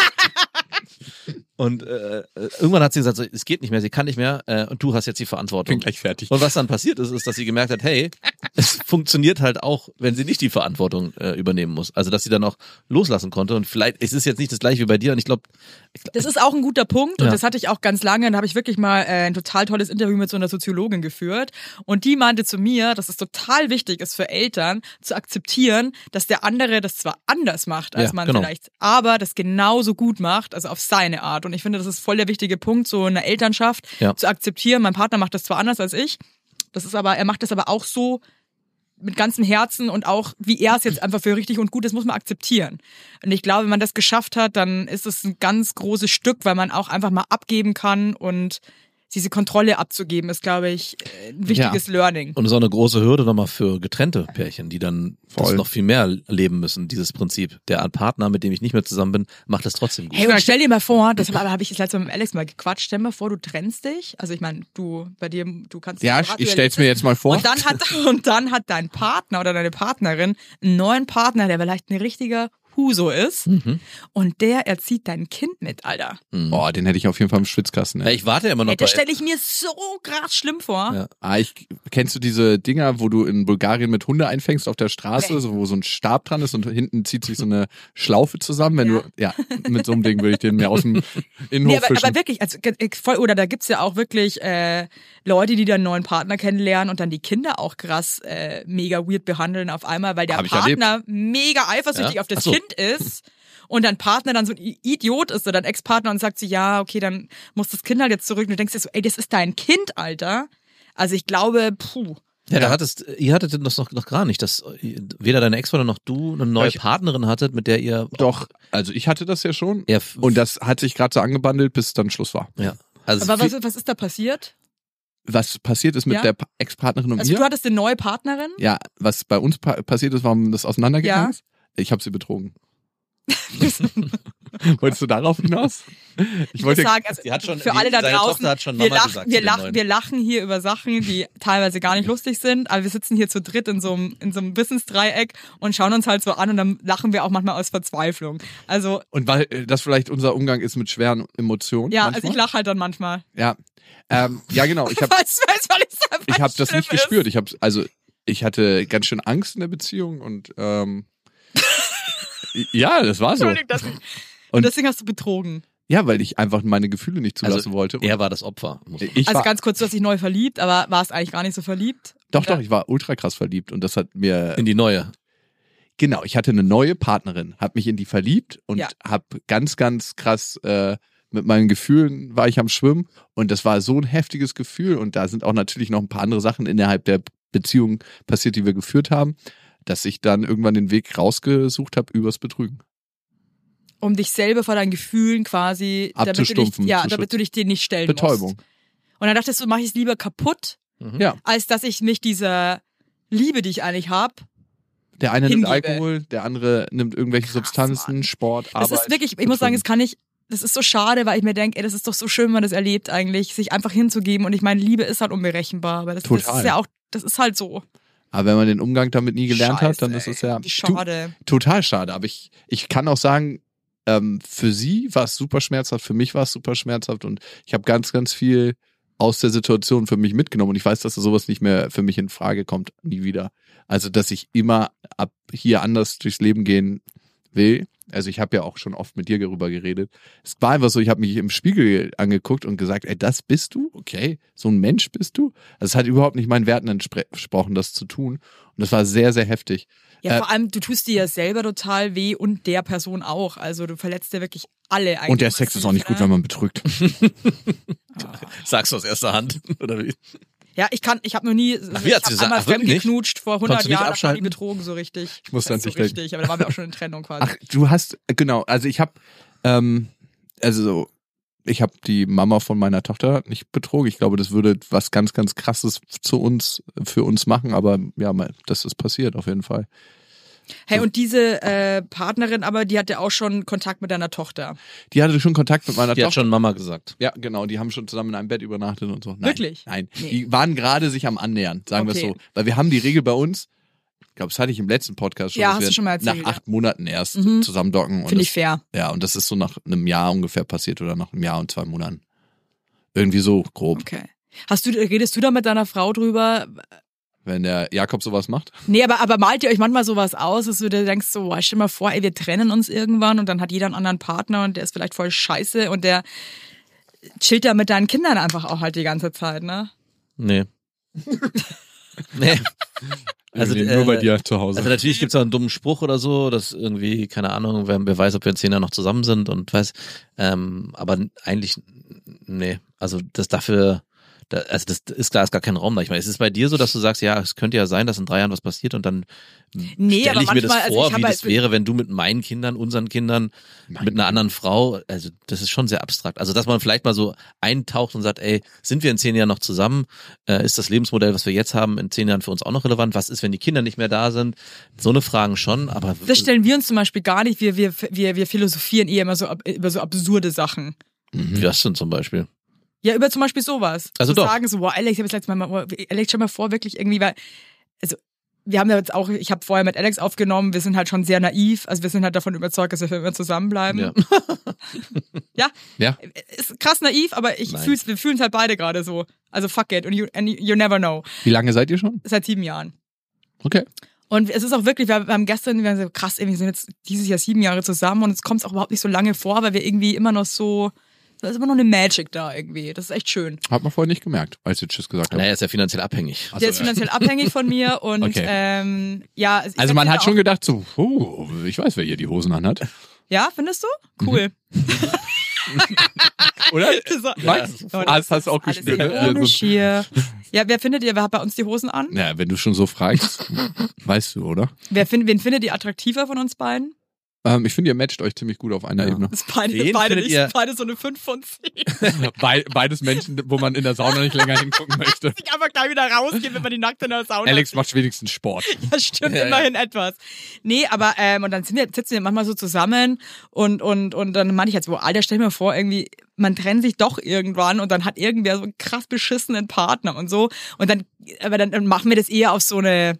Und äh, irgendwann hat sie gesagt, so, es geht nicht mehr, sie kann nicht mehr. Äh, und du hast jetzt die Verantwortung. Bin gleich fertig. Und was dann passiert ist, ist, dass sie gemerkt hat, hey, es funktioniert halt auch, wenn sie nicht die Verantwortung äh, übernehmen muss. Also, dass sie dann auch loslassen konnte. Und vielleicht, es ist jetzt nicht das gleiche wie bei dir. Und ich glaube, Das ist auch ein guter Punkt und Ja. das hatte ich auch ganz lange. Da habe ich wirklich mal äh, ein total tolles Interview mit so einer Soziologin geführt und die meinte zu mir, dass es total wichtig ist für Eltern zu akzeptieren, dass der andere das zwar anders macht als Ja, man genau. vielleicht, aber das genauso gut macht, also auf seine Art. Und ich finde, das ist voll der wichtige Punkt so in der Elternschaft Ja. zu akzeptieren. Mein Partner macht das zwar anders als ich, das ist aber er macht das aber auch so mit ganzem Herzen und auch, wie er es jetzt einfach für richtig und gut ist, muss man akzeptieren. Und ich glaube, wenn man das geschafft hat, dann ist es ein ganz großes Stück, weil man auch einfach mal abgeben kann und diese Kontrolle abzugeben, ist, glaube ich, ein wichtiges Learning. Und ist auch eine große Hürde nochmal für getrennte Pärchen, die dann das Voll. noch viel mehr leben müssen, dieses Prinzip. Der Partner, mit dem ich nicht mehr zusammen bin, macht das trotzdem gut. Hey, und stell dir mal vor, das habe hab ich jetzt letztes Mal mit Alex mal gequatscht, stell dir mal vor, du trennst dich. Also ich meine, du, bei dir, du kannst... Ja, du ich stell's mir jetzt mal vor. Und dann hat, und dann hat dein Partner oder deine Partnerin einen neuen Partner, der vielleicht ein richtiger Huso ist. Mhm. Und der erzieht dein Kind mit, Alter. Hm. Boah, den hätte ich auf jeden Fall im Schwitzkasten. Ja, ey. ich warte ja immer noch Ey, das bei. stelle ich mir so krass schlimm vor. Ja. Ah, ich, kennst du diese Dinger, wo du in Bulgarien mit Hunde einfängst auf der Straße, so, wo so ein Stab dran ist und hinten zieht sich so eine Schlaufe zusammen? Wenn Ja. du, ja, mit so einem Ding würde ich den mir aus dem Nee, Innenhof aber, fischen. aber wirklich, also, ge- äh, voll, oder da gibt's ja auch wirklich äh, Leute, die dann einen neuen Partner kennenlernen und dann die Kinder auch krass äh, mega weird behandeln auf einmal, weil der Hab ich Partner mega eifersüchtig Ja? auf das Ach so. Kind ist und dein Partner dann so ein I- Idiot ist oder dein Ex-Partner und sagt so, ja, okay, dann muss das Kind halt jetzt zurück und du denkst dir so, ey, das ist dein Kind, Alter. Also ich glaube, puh. Ja, da hattest, ihr hattet das noch, noch gar nicht, dass äh, weder deine Ex-Freundin noch du eine neue Ich- Partnerin hattet, mit der ihr Doch, also ich hatte das ja schon. eher f- Und das hat sich gerade so angebandelt, bis dann Schluss war. ja. Also Aber was, was ist da passiert? Was passiert ist mit Ja? der Pa- Ex-Partnerin und Also mir? du hattest eine neue Partnerin? ja, was bei uns pa passiert ist, warum das auseinandergegangen genau. Ja. ist? Ich habe sie betrogen. Wolltest du darauf hinaus? Ich wollte muss sagen, also Die hat schon- für die- alle da seine draußen, Tochter hat schon wir, Mama lachen, gesagt wir, zu den lachen, Neuen. wir lachen hier über Sachen, die teilweise gar nicht lustig sind, aber wir sitzen hier zu dritt in so einem, in so einem Wissensdreieck und schauen uns halt so an und dann lachen wir auch manchmal aus Verzweiflung. Also, und weil äh, das vielleicht unser Umgang ist mit schweren Emotionen. ja, manchmal. also ich lache halt dann manchmal. Ja, ähm, ja genau. Ich habe Weil's- weil's- weil ich's einfach ich hab das schlimm nicht gespürt. Ich habe also ich hatte ganz schön Angst in der Beziehung und ähm, ja, das war Ist. so. Entschuldigung, dass ich, und Also, Und- deswegen hast du betrogen. Ja, weil ich einfach meine Gefühle nicht zulassen Also, wollte. Und er war das Opfer. muss man- ich also war, ganz kurz, du hast dich neu verliebt, aber warst eigentlich gar nicht so verliebt. doch, doch, ich war ultra krass verliebt und das hat mir In die neue. genau. Ich hatte eine neue Partnerin, habe mich in die verliebt und Ja. habe ganz, ganz krass äh, mit meinen Gefühlen war ich am Schwimmen und das war so ein heftiges Gefühl und da sind auch natürlich noch ein paar andere Sachen innerhalb der Beziehung passiert, die wir geführt haben, dass ich dann irgendwann den Weg rausgesucht habe übers Betrügen. Um dich selber vor deinen Gefühlen quasi, damit du dich, Abzustumpfen, ja, zu damit du schützen. dich denen nicht stellen Betäubung. musst. Und dann dachtest du, mache ich es lieber kaputt, Mhm. Ja. als dass ich mich dieser Liebe, die ich eigentlich habe. Der eine nimmt Hingabe. Alkohol, der andere nimmt irgendwelche Krass, Substanzen, Mann. Sport, Das Arbeit. ist wirklich, ich muss sagen, das kann ich, das ist so schade, weil ich mir denke, ey, das ist doch so schön, wenn man das erlebt eigentlich, sich einfach hinzugeben. Und ich meine, Liebe ist halt unberechenbar, aber das, das Total. ist ja auch, das ist halt so. Aber wenn man den Umgang damit nie gelernt hat, dann ist Scheiße, es ja ey, Wie schade. Du, total schade. Aber ich, ich kann auch sagen, ähm, für sie war es super schmerzhaft, für mich war es super schmerzhaft und ich habe ganz, ganz viel aus der Situation für mich mitgenommen und ich weiß, dass sowas nicht mehr für mich in Frage kommt, nie wieder. Also, dass ich immer ab hier anders durchs Leben gehen will. Also, ich habe ja auch schon oft mit dir darüber geredet. Es war einfach so, ich habe mich im Spiegel angeguckt und gesagt, ey, das bist du? Okay, so ein Mensch bist du? Also, es hat überhaupt nicht meinen Werten entspre- entsprochen, das zu tun. Und das war sehr, sehr heftig. Ja, Äh, vor allem, du tust dir ja selber total weh und der Person auch. Also du verletzt ja wirklich alle eigentlich. Und der Sex ist auch nicht gut, wenn man betrügt. Sagst du aus erster Hand? Oder wie? Ja, ich kann, ich habe noch nie, also Ach, wie ich hat's habe gesagt? einmal Ach, wirklich nicht? geknutscht vor 100 Konntest du nicht Jahren, hab ich noch nie abschalten? betrogen so richtig. Ich muss so an dich denken. richtig, aber da waren wir auch schon in Trennung quasi. Ach, du hast, genau, also ich habe, ähm, also so, ich habe die Mama von meiner Tochter nicht betrogen. Ich glaube, das würde was ganz, ganz krasses zu uns, für uns machen, aber ja, mal, das ist passiert auf jeden Fall. Hey, und diese äh, Partnerin aber, die hatte auch schon Kontakt mit deiner Tochter. Die hatte schon Kontakt mit meiner Die Tochter. hat schon Mama gesagt. ja, genau, die haben schon zusammen in einem Bett übernachtet und so. Nein, Wirklich? Nein. Nee. Die waren gerade sich am Annähern, sagen wir Okay. es so. Weil wir haben die Regel bei uns, ich glaube, das hatte ich im letzten Podcast schon, Ja, dass hast wir du schon mal erzählt, nach ja. acht Monaten erst Mhm. zusammendocken. und Finde das- ich fair. Ja, und das ist so nach einem Jahr ungefähr passiert oder nach einem Jahr und zwei Monaten. Irgendwie so grob. Okay. Hast du, redest du da mit deiner Frau drüber? Wenn der Jakob sowas macht. Nee, aber, aber malt ihr euch manchmal sowas aus, dass du dir denkst, so, boah, stell mal vor, ey, wir trennen uns irgendwann und dann hat jeder einen anderen Partner und der ist vielleicht voll scheiße und der chillt da mit deinen Kindern einfach auch halt die ganze Zeit, ne? Nee. nee. Also, Irgendwie äh, zu Hause. Also natürlich gibt's auch einen dummen Spruch oder so, dass irgendwie, keine Ahnung, wer, wer weiß, ob wir in zehn Jahren noch zusammen sind und weiß. Ähm, aber n- eigentlich, n- nee. Also das dafür, Da, also das ist klar, ist gar kein Raum da. Ich meine, ist es bei dir so, dass du sagst, ja, es könnte ja sein, dass in drei Jahren was passiert und dann Nee, stelle aber ich mir das manchmal, also vor, ich hab wie halt- das wäre, wenn du mit meinen Kindern, unseren Kindern, mit einer anderen Frau, also das ist schon sehr abstrakt. Also dass man vielleicht mal so eintaucht und sagt, ey, sind wir in zehn Jahren noch zusammen? Äh, ist das Lebensmodell, was wir jetzt haben, in zehn Jahren für uns auch noch relevant? Was ist, wenn die Kinder nicht mehr da sind? So eine Fragen schon, aber Das stellen wir uns zum Beispiel gar nicht. Wir, wir, wir, wir philosophieren eher immer so ab, über so absurde Sachen. wie das denn zum Beispiel? Ja, über zum Beispiel sowas. Also Zu doch. sagen so, wow, Alex, ich habe jetzt letztes Mal, mal- Alex, stell mal vor, wirklich irgendwie, weil, also, wir haben ja jetzt auch, ich habe vorher mit Alex aufgenommen, wir sind halt schon sehr naiv, also wir sind halt davon überzeugt, dass wir für immer zusammenbleiben. Ja. Ja? Ja. Ist krass naiv, aber ich Nein. fühl's, wir fühlen es halt beide gerade so. Also fuck it, and you, and you never know. Wie lange seid ihr schon? Seit sieben Jahren. Okay. Und es ist auch wirklich, wir haben gestern, wir haben so krass, irgendwie sind jetzt dieses Jahr sieben Jahre zusammen und es kommt auch überhaupt nicht so lange vor, weil wir irgendwie immer noch so, da ist immer noch eine Magic da irgendwie. Das ist echt schön. Hat man vorher nicht gemerkt, als ihr Tschüss gesagt habt. Also, Naja, ist ja finanziell abhängig. Der ist finanziell abhängig von mir und Okay. ähm, ja. ich Also hab genau- man den hat auch- schon gedacht, so, oh, ich weiß, wer hier die Hosen anhat. Ja, findest du? Cool. Mhm. Oder? So. Max? Ja, Ah, das hast du auch alles gespürt. hier ne? ohne Also, Schier. Ja, wer findet ihr, wer hat bei uns die Hosen an? naja, wenn du schon so fragst, weißt du, oder? Wer find, wen findet ihr attraktiver von uns beiden? Ähm, ich finde, ihr matcht euch ziemlich gut auf einer Ja. Ebene. Das ist beide, Wen beide, findet nicht, ihr- beide so eine 5 von 10. Be beides Menschen, wo man in der Sauna nicht länger hingucken möchte. Ich einfach gleich wieder rausgehen, wenn man die nackt in der Sauna Alex macht wenigstens Sport. Das stimmt Ja, ja. immerhin etwas. Nee, aber ähm, und dann sind wir, sitzen wir manchmal so zusammen und und und dann meine ich jetzt, wo Alter, stell mir vor, irgendwie man trennt sich doch irgendwann und dann hat irgendwer so einen krass beschissenen Partner und so und dann aber dann, dann machen wir das eher auf so eine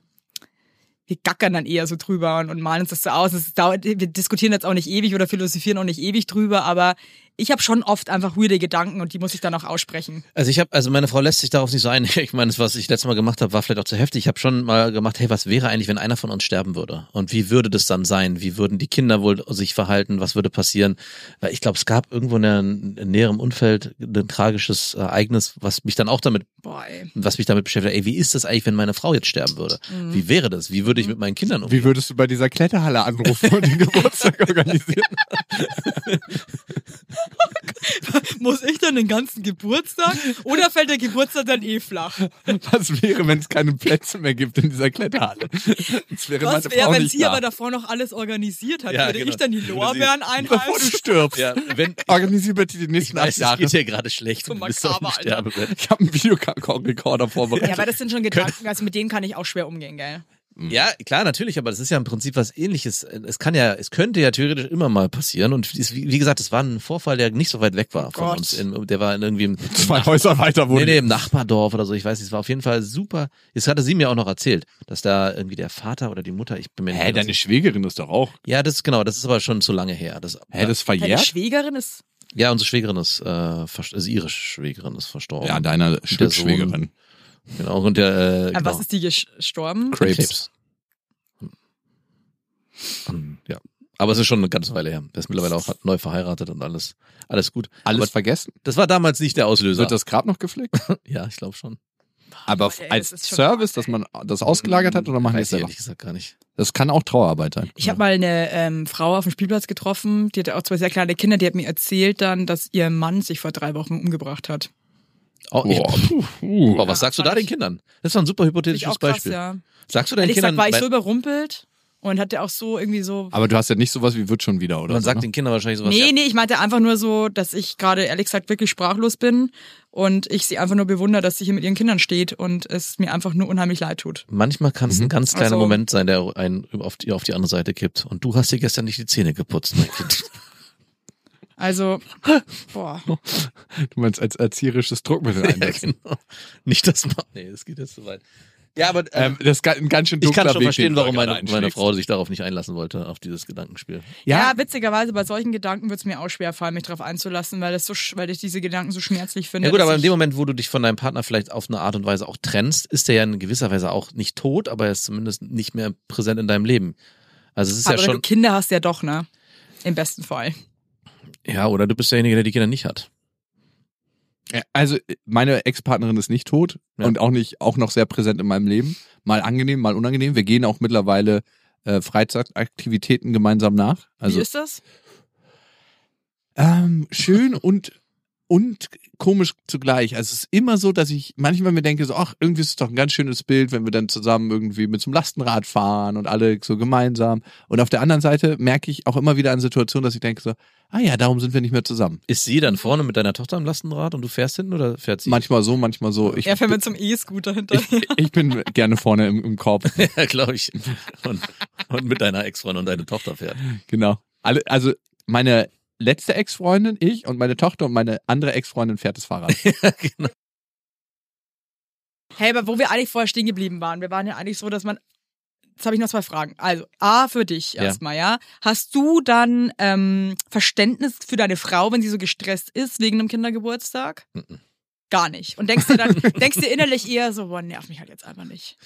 wir gackern dann eher so drüber und, und malen uns das so aus. Es dauert, wir diskutieren jetzt auch nicht ewig oder philosophieren auch nicht ewig drüber, aber ich habe schon oft einfach weirde Gedanken und die muss ich dann auch aussprechen. Also ich habe, also meine Frau lässt sich darauf nicht so ein. Ich meine, das, was ich letztes Mal gemacht habe, war vielleicht auch zu heftig. Ich habe schon mal gemacht, hey, was wäre eigentlich, wenn einer von uns sterben würde? Und wie würde das dann sein? Wie würden die Kinder wohl sich verhalten? Was würde passieren? Weil ich glaube, es gab irgendwo in, einem- in näherem Umfeld ein tragisches Ereignis, was mich dann auch damit, Boah, ey. was mich damit beschäftigt. hat. Ey, wie ist das eigentlich, wenn meine Frau jetzt sterben würde? Mhm. Wie wäre das? Wie würde ich mit meinen Kindern umgehen? Wie würdest du bei dieser Kletterhalle anrufen und den Geburtstag organisieren? Muss ich dann den ganzen Geburtstag oder fällt der Geburtstag dann eh flach? Was wäre, wenn es keine Plätze mehr gibt in dieser Kletterhalle? Das wäre Was meine wäre, Frau wenn nicht sie da. aber davor noch alles organisiert hat? Ja, Würde genau. ich dann die Würde sie- Lorbeeren Bevor du einhalten? stirbst. Ja, wenn Organisier bitte die ich nächsten acht weiß, es Jahre. geht dir gerade schlecht. So und du bist auf dem makaber, Alter. Sterbebett. Ich habe einen Videorekorder vorbereitet. Ja, aber das sind schon Gedanken, also mit denen kann ich auch schwer umgehen, gell? Ja, klar, natürlich, aber das ist ja im Prinzip was ähnliches. Es kann ja, es könnte ja theoretisch immer mal passieren. Und es- wie wie gesagt, es war ein Vorfall, der nicht so weit weg war von Gott. uns. In, der war in irgendwie im, Zwei Häuser weiter nee, wohnen. nee, im Nachbardorf oder so. Ich weiß nicht, es war auf jeden Fall super. Jetzt hatte sie mir auch noch erzählt, dass da irgendwie der Vater oder die Mutter, ich bin mir Hä, nicht mehr deine Schwägerin ist doch auch. Ja, das ist genau, das ist aber schon zu lange her. Das, Hä, das ist Deine verjährt? Schwägerin ist. ja, unsere Schwägerin ist, äh, vers- also ihre Schwägerin ist verstorben. Ja, deiner Der Sohn. Schwägerin. genau. Und der, äh, Aber genau. was ist die gestorben? Krebs. Hm, Ja. Aber es ist schon eine ganze Weile her. Der ist mittlerweile auch neu verheiratet und alles, alles gut. Alles Aber vergessen? das war damals nicht der Auslöser. Wird das Grab noch gepflegt? ja, ich glaube schon. Aber Leute, ey, als das ist schon Service, hart, dass ey. man das ausgelagert hat oder machen die Weiß es ich selber? ehrlich gesagt gar nicht. Das kann auch Trauerarbeit sein. Ich habe mal eine ähm, Frau auf dem Spielplatz getroffen, die hatte auch zwei sehr kleine Kinder, die hat mir erzählt dann, dass ihr Mann sich vor drei Wochen umgebracht hat. Oh, ich, Boah, puh, boah, puh. was sagst du da den Kindern? Das war ein super Find ich hypothetisches auch krass, Beispiel. ja. Sagst du deinen Ehrlich Kindern, gesagt war ich so weil- überrumpelt und hatte auch so irgendwie so. Aber du hast ja nicht sowas wie wird schon wieder, oder? man so, sagt ne? den Kindern wahrscheinlich sowas. Nee, ja, nee, ich meinte einfach nur so, dass ich gerade ehrlich gesagt wirklich sprachlos bin und ich sie einfach nur bewundere, dass sie hier mit ihren Kindern steht und es mir einfach nur unheimlich leid tut. Manchmal kann Mhm. es ein ganz kleiner Also- Moment sein, der einen auf die, auf die andere Seite kippt. Und du hast dir gestern nicht die Zähne geputzt, mein Kind. Also, boah. Du meinst als erzieherisches Druckmittel ja, einsetzen. genau. Nicht das mal. Nee, das geht jetzt zu weit. Ja, aber äh, ähm, das ist ein ganz schön ich dunkler kann schon Weg, verstehen, den du warum da meine, gerade meine einschlägst. Frau sich darauf nicht einlassen wollte, auf dieses Gedankenspiel. Ja, Ja, witzigerweise bei solchen Gedanken wird es mir auch schwer fallen, mich darauf einzulassen, weil das so, sch- weil ich diese Gedanken so schmerzlich finde. Ja gut, dass aber in ich- dem Moment, wo du dich von deinem Partner vielleicht auf eine Art und Weise auch trennst, ist der ja in gewisser Weise auch nicht tot, aber er ist zumindest nicht mehr präsent in deinem Leben. Also es ist aber ja schon, du Kinder hast ja doch, ne? Im besten Fall. ja, oder du bist derjenige, der die Kinder nicht hat. Ja, Also meine Ex-Partnerin ist nicht tot Ja. und auch nicht, auch noch sehr präsent in meinem Leben. Mal angenehm, mal unangenehm. Wir gehen auch mittlerweile äh, Freizeitaktivitäten Also, Also, gemeinsam nach. Wie Also ist das? ähm, schön und und komisch zugleich. Also es ist immer so, dass ich manchmal mir denke, so, ach, irgendwie ist es doch ein ganz schönes Bild, wenn wir dann zusammen irgendwie mit zum Lastenrad fahren und alle so gemeinsam. Und auf der anderen Seite merke ich auch immer wieder an Situationen, dass ich denke so, ah ja, darum sind wir nicht mehr zusammen. Ist sie dann vorne mit deiner Tochter am Lastenrad und du fährst hinten oder fährt sie? Manchmal so, manchmal so. Ich, Er fährt mit zum E-Scooter hinterher. ich, ich bin gerne vorne im, im Korb. Ja, glaube ich. Und, und mit deiner Ex-Freundin und deine Tochter fährt. Genau. Alle, also meine letzte Ex-Freundin, ich und meine Tochter und meine andere Ex-Freundin fährt das Fahrrad. Hey, aber wo wir eigentlich vorher stehen geblieben waren, wir waren ja eigentlich so, dass man. Jetzt habe ich noch zwei Fragen. Also, A, für dich Ja. erstmal, ja. Hast du dann ähm, Verständnis für deine Frau, wenn sie so gestresst ist wegen einem Kindergeburtstag? Mhm. Gar nicht. Und denkst dir dann, denkst dir innerlich eher so, boah, nerv mich halt jetzt einfach nicht.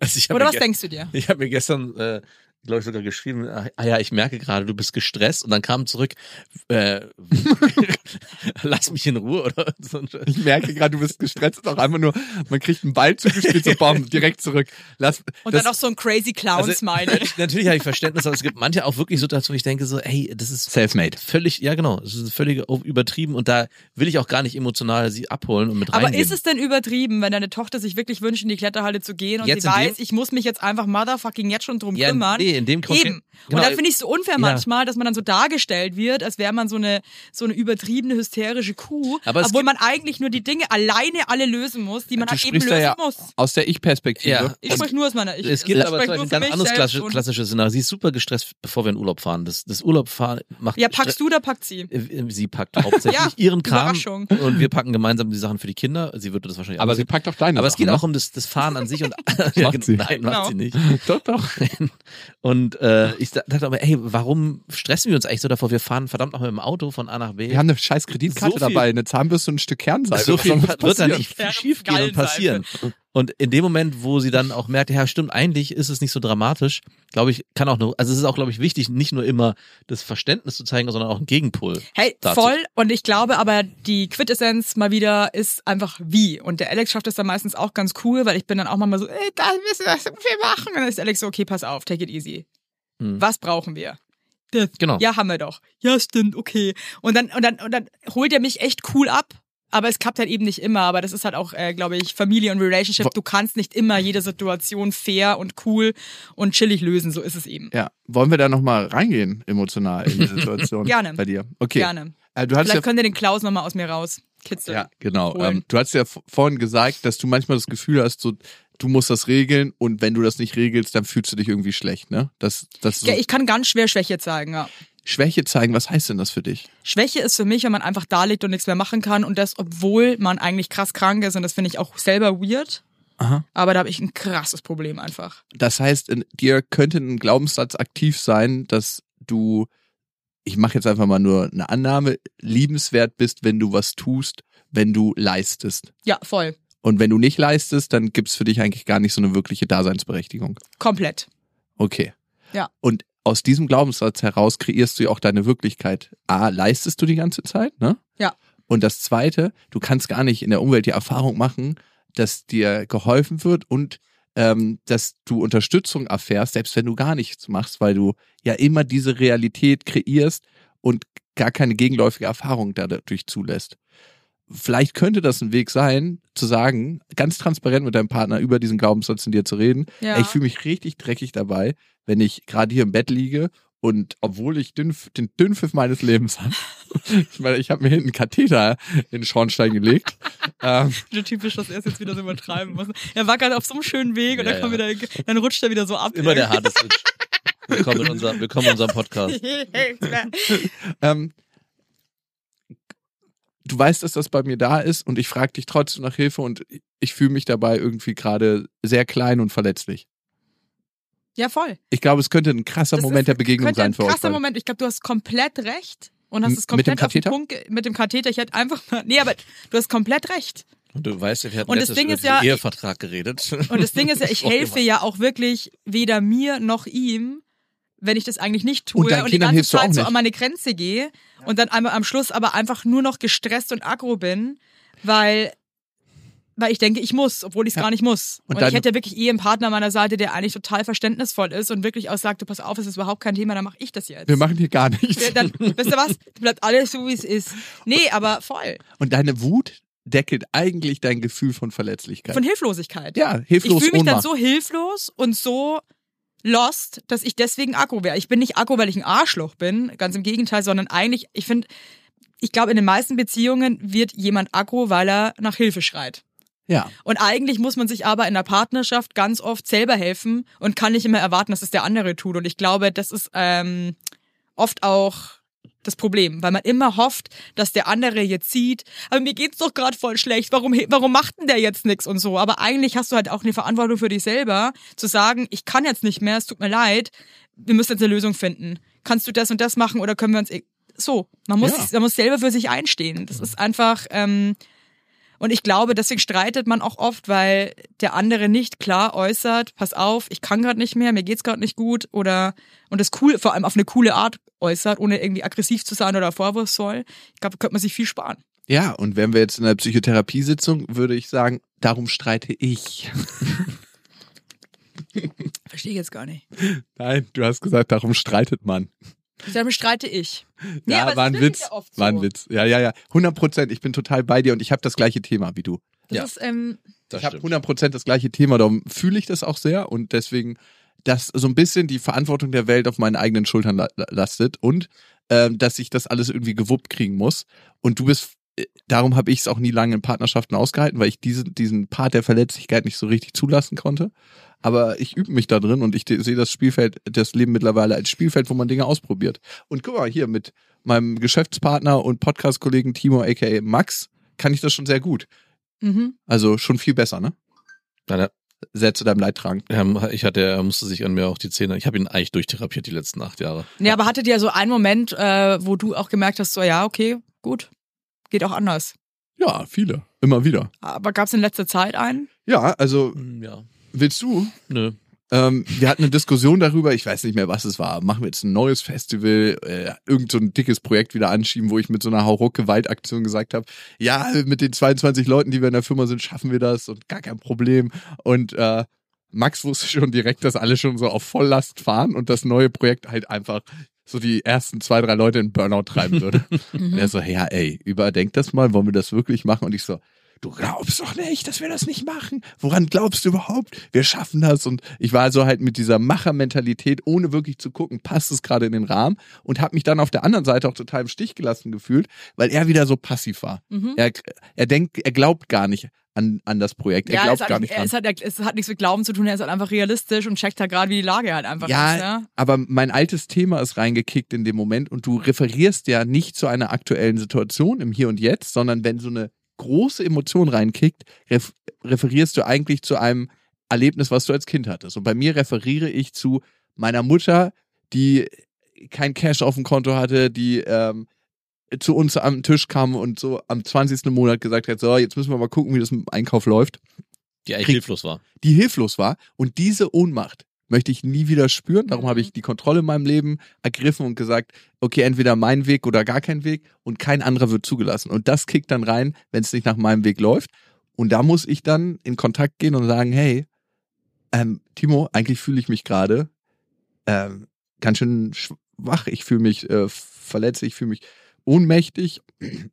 Also ich hab Oder mir was ge- denkst du dir? Ich habe mir gestern, äh, glaube ich, sogar geschrieben, ah ah ja, ich merke gerade, du bist gestresst und dann kam zurück, äh, lass mich in Ruhe oder so. ein Scheiß. Ich merke gerade, du bist gestresst, ist auch einfach nur, man kriegt einen Ball zugespielt, so bam, direkt zurück. Lass, Und das, dann auch so ein crazy also Clown-Smiley. natürlich habe ich Verständnis, aber es gibt manche auch wirklich Situationen, wo ich denke so, ey, das ist Selfmade. völlig, ja genau, das ist völlig o- übertrieben und da will ich auch gar nicht emotional sie abholen und mit aber reingehen. ist es denn übertrieben, wenn deine Tochter sich wirklich wünscht, in die Kletterhalle zu gehen und Jetzt sie in dem- weiß, ich muss mich jetzt einfach motherfucking jetzt schon drum ja, kümmern? nee, in dem konkre- Eben. Genau, und dann finde ich es so unfair ja. manchmal, dass man dann so dargestellt wird, als wäre man so eine, so eine übertriebene, hysterische Kuh, Aber es obwohl man eigentlich nur die Dinge alleine alle lösen muss, die man Du halt eben sprichst lösen da ja muss. aus der Ich-Perspektive. Also, Ja. Ich Und spreche nur aus meiner Ich. es gibt ich aber sprech zum nur Beispiel ein für ganz mich anderes selbst klassisch, und- klassisches Szenario. Sie ist super gestresst, bevor wir in Urlaub fahren. Das, das Urlaubfahren macht Ja, packst du, da packt sie. Äh, Sie packt hauptsächlich Ja, ihren Kram Überraschung. und wir packen gemeinsam die Sachen für die Kinder. Sie würde das wahrscheinlich Aber auch sie packt auch deine. aber es geht Sachen, ne? auch um das, das Fahren an sich und Macht sie. nein, Genau. macht sie nicht. ne? Doch, doch. Und äh, ich da- dachte aber, ey, warum stressen wir uns eigentlich so davor? Wir fahren verdammt nochmal mit dem Auto von A nach B. Wir haben eine scheiß Kreditkarte So viel- dabei, eine Zahnbürste und ein Stück Kernseife. so Was viel soll uns wird da passieren? nicht Ja, schief gehen und passieren. Und in dem Moment, wo sie dann auch merkt, ja, stimmt, eigentlich ist es nicht so dramatisch, glaube ich, kann auch nur, also es ist auch, glaube ich, wichtig, nicht nur immer das Verständnis zu zeigen, sondern auch einen Gegenpol. Hey, dazu. voll. Und ich glaube aber, die Quintessenz mal wieder ist einfach wie. Und der Alex schafft das dann meistens auch ganz cool, weil ich bin dann auch mal so, ey, da müssen wir das wir machen. Und dann ist Alex so, okay, pass auf, take it easy. Hm. Was brauchen wir? Das. Genau. Ja, haben wir doch. Ja, stimmt, okay. Und dann, und dann, und dann holt er mich echt cool ab. Aber es klappt halt eben nicht immer. Aber das ist halt auch, äh, glaube ich, Familie und Relationship. Du kannst nicht immer jede Situation fair und cool und chillig lösen. So ist es eben. Ja, wollen wir da nochmal reingehen, emotional in die Situation? Gerne. Bei dir. Okay. Gerne. Äh, Du hast ja Vielleicht könnt ihr den Klaus nochmal aus mir raus kitzeln. Ja, genau. holen. Ähm, du hast ja v- vorhin gesagt, dass du manchmal das Gefühl hast, so, du musst das regeln und wenn du das nicht regelst, dann fühlst du dich irgendwie schlecht, ne? Das, das so Ja, ich kann ganz schwer Schwäche zeigen, ja. Schwäche zeigen, was heißt denn das für dich? Schwäche ist für mich, wenn man einfach da liegt und nichts mehr machen kann und das, obwohl man eigentlich krass krank ist und das finde ich auch selber weird. Aha. Aber da habe ich ein krasses Problem einfach. Das heißt, in dir könnte ein Glaubenssatz aktiv sein, dass du, ich mache jetzt einfach mal nur eine Annahme, liebenswert bist, wenn du was tust, wenn du leistest. Ja, voll. Und wenn du nicht leistest, dann gibt's für dich eigentlich gar nicht so eine wirkliche Daseinsberechtigung. Komplett. Okay. Ja. Und aus diesem Glaubenssatz heraus kreierst du ja auch deine Wirklichkeit. A, leistest du die ganze Zeit, ne? Ja. Und das Zweite, du kannst gar nicht in der Umwelt die Erfahrung machen, dass dir geholfen wird und ähm, dass du Unterstützung erfährst, selbst wenn du gar nichts machst, weil du ja immer diese Realität kreierst und gar keine gegenläufige Erfahrung dadurch zulässt. Vielleicht könnte das ein Weg sein, zu sagen, ganz transparent mit deinem Partner über diesen Glaubenssatz in dir zu reden, Ja. Ey, ich fühle mich richtig dreckig dabei, wenn ich gerade hier im Bett liege und obwohl ich den, den Dünnpfiff meines Lebens habe. Ich meine, ich habe mir hinten einen Katheter in den Schornstein gelegt. ähm, so typisch, dass er es jetzt wieder so übertreiben muss. Er war gerade auf so einem schönen Weg und Ja, dann, kommt ja. wieder, dann rutscht er wieder so ab. Immer der harte Switch. Willkommen in, unser, willkommen in unserem Podcast. ähm, du weißt, dass das bei mir da ist und ich frage dich trotzdem nach Hilfe und ich fühle mich dabei irgendwie gerade sehr klein und verletzlich. ja, voll. Ich glaube, es könnte ein krasser Das Moment ist- der Begegnung Könnte sein ein für euch. krasser beide. Moment. Ich glaube, du hast komplett recht. Und hast M- es mit dem komplett auf den Katheter? Punkt ge- mit dem Katheter. Ich hätte einfach mal. Nee, aber du hast komplett recht. Und du weißt, ja, wir hatten Und das letztes Ding über ist diesen ja- Ehevertrag geredet. Und das Ding ist ja, ich Oh, helfe immer. ja auch wirklich weder mir noch ihm, wenn ich das eigentlich nicht tue Und deinen die ganze Kindern hilfst du auch Zeit so nicht. an meine Grenze gehe und dann einmal am Schluss aber einfach nur noch gestresst und aggro bin, weil weil ich denke, ich muss, obwohl ich es gar nicht muss. Und, Und ich deine- hätte wirklich eh einen Partner an meiner Seite, der eigentlich total verständnisvoll ist und wirklich auch sagt, du pass auf, es ist überhaupt kein Thema, dann mache ich das jetzt. Wir machen hier gar nichts. Ja, dann, weißt du was? Bleibt alles so, wie es ist. Nee, aber voll. Und deine Wut deckelt eigentlich dein Gefühl von Verletzlichkeit. Von Hilflosigkeit. ja, ich hilflos fühle mich dann Ohnmacht. so hilflos und so lost, dass ich deswegen Akku wäre. Ich bin nicht Akku, weil ich ein Arschloch bin, ganz im Gegenteil, sondern eigentlich, ich finde, ich glaube, in den meisten Beziehungen wird jemand Akku, weil er nach Hilfe schreit. ja. Und eigentlich muss man sich aber in der Partnerschaft ganz oft selber helfen und kann nicht immer erwarten, dass es der andere tut. Und ich glaube, das ist ähm, oft auch das Problem, weil man immer hofft, dass der andere jetzt sieht, aber mir geht's doch gerade voll schlecht, warum, he- warum macht denn der jetzt nix und so. Aber eigentlich hast du halt auch eine Verantwortung für dich selber, zu sagen, ich kann jetzt nicht mehr, es tut mir leid, wir müssen jetzt eine Lösung finden. Kannst du das und das machen oder können wir uns... eh- So, man muss, Ja. man muss selber für sich einstehen. Das ist einfach... Ähm, und ich glaube, deswegen streitet man auch oft, weil der andere nicht klar äußert, pass auf, ich kann gerade nicht mehr, mir geht's gerade nicht gut oder und das cool, vor allem auf eine coole Art äußert, ohne irgendwie aggressiv zu sein oder vorwurfsvoll. Ich glaube, könnte man sich viel sparen. Ja, und wenn wir jetzt in einer Psychotherapiesitzung, würde ich sagen, darum streite ich. Verstehe ich jetzt gar nicht. Nein, du hast gesagt, darum streitet man. Damit streite ich. Nee, ja, aber es war ist ein wirklich Witz. ja oft so. War ein Witz. Ja, ja, ja. 100 Prozent. Ich bin total bei dir und ich habe das gleiche Thema wie du. Das Ja. ist, ähm, Das ich habe stimmt. 100 Prozent das gleiche Thema. Darum fühle ich das auch sehr und deswegen, dass so ein bisschen die Verantwortung der Welt auf meinen eigenen Schultern la la- lastet und ähm, dass ich das alles irgendwie gewuppt kriegen muss. Und du bist, äh, darum habe ich es auch nie lange in Partnerschaften ausgehalten, weil ich diesen, diesen Part der Verletzlichkeit nicht so richtig zulassen konnte. Aber ich übe mich da drin und ich de- sehe das Spielfeld, das Leben mittlerweile als Spielfeld, wo man Dinge ausprobiert. Und guck mal, hier mit meinem Geschäftspartner und Podcast-Kollegen Timo aka Max kann ich das schon sehr gut. mhm. Also schon viel besser, ne? Nein, er- sehr zu deinem Leid tragen. ähm, ich hatte, er musste sich an mir auch die Zähne. Ich habe ihn eigentlich durchtherapiert die letzten acht Jahre. nee, aber hattet ihr so einen Moment, äh, wo du auch gemerkt hast, so ja, okay, gut, geht auch anders. Ja, viele. Immer wieder. Aber gab's in letzter Zeit einen? Ja, also Hm, Ja. willst du? Nö. Ähm, wir hatten eine Diskussion darüber, ich weiß nicht mehr, was es war. Machen wir jetzt ein neues Festival, äh, irgend so ein dickes Projekt wieder anschieben, wo ich mit so einer Hauruck-Gewaltaktion gesagt habe, ja, mit den 22 Leuten, die wir in der Firma sind, schaffen wir das und gar kein Problem. Und äh, Max wusste schon direkt, dass alle schon so auf Volllast fahren und das neue Projekt halt einfach so die ersten zwei, drei Leute in Burnout treiben würde. Und er so, ja, ey, überdenk das mal, wollen wir das wirklich machen? Und ich so, du glaubst doch nicht, dass wir das nicht machen. Woran glaubst du überhaupt? Wir schaffen das. Und ich war so halt mit dieser Machermentalität, ohne wirklich zu gucken, passt es gerade in den Rahmen und habe mich dann auf der anderen Seite auch total im Stich gelassen gefühlt, weil er wieder so passiv war. Mhm. Er, er denkt, er glaubt gar nicht an, an das Projekt. Er es glaubt hat, gar nicht er- dran. es, hat, er- es hat nichts mit Glauben zu tun, er ist halt einfach realistisch und checkt halt gerade, wie die Lage halt einfach Ja, ist. Ja, aber mein altes Thema ist reingekickt in dem Moment und du referierst ja nicht zu einer aktuellen Situation im Hier und Jetzt, sondern wenn so eine große Emotion reinkickt, ref referierst du eigentlich zu einem Erlebnis, was du als Kind hattest. Und bei mir referiere ich zu meiner Mutter, die kein Cash auf dem Konto hatte, die ähm, zu uns am Tisch kam und so am 20. im Monat gesagt hat, so, jetzt müssen wir mal gucken, wie das mit dem Einkauf läuft Die eigentlich Krieg- hilflos war. die hilflos war. Und diese Ohnmacht möchte ich nie wieder spüren. Darum Mhm. habe ich die Kontrolle in meinem Leben ergriffen und gesagt, okay, entweder mein Weg oder gar kein Weg und kein anderer wird zugelassen. Und das kickt dann rein, wenn es nicht nach meinem Weg läuft. Und da muss ich dann in Kontakt gehen und sagen, hey, ähm, Timo, eigentlich fühle ich mich gerade ähm, ganz schön schwach. Ich fühle mich äh, verletzt, ich fühle mich ohnmächtig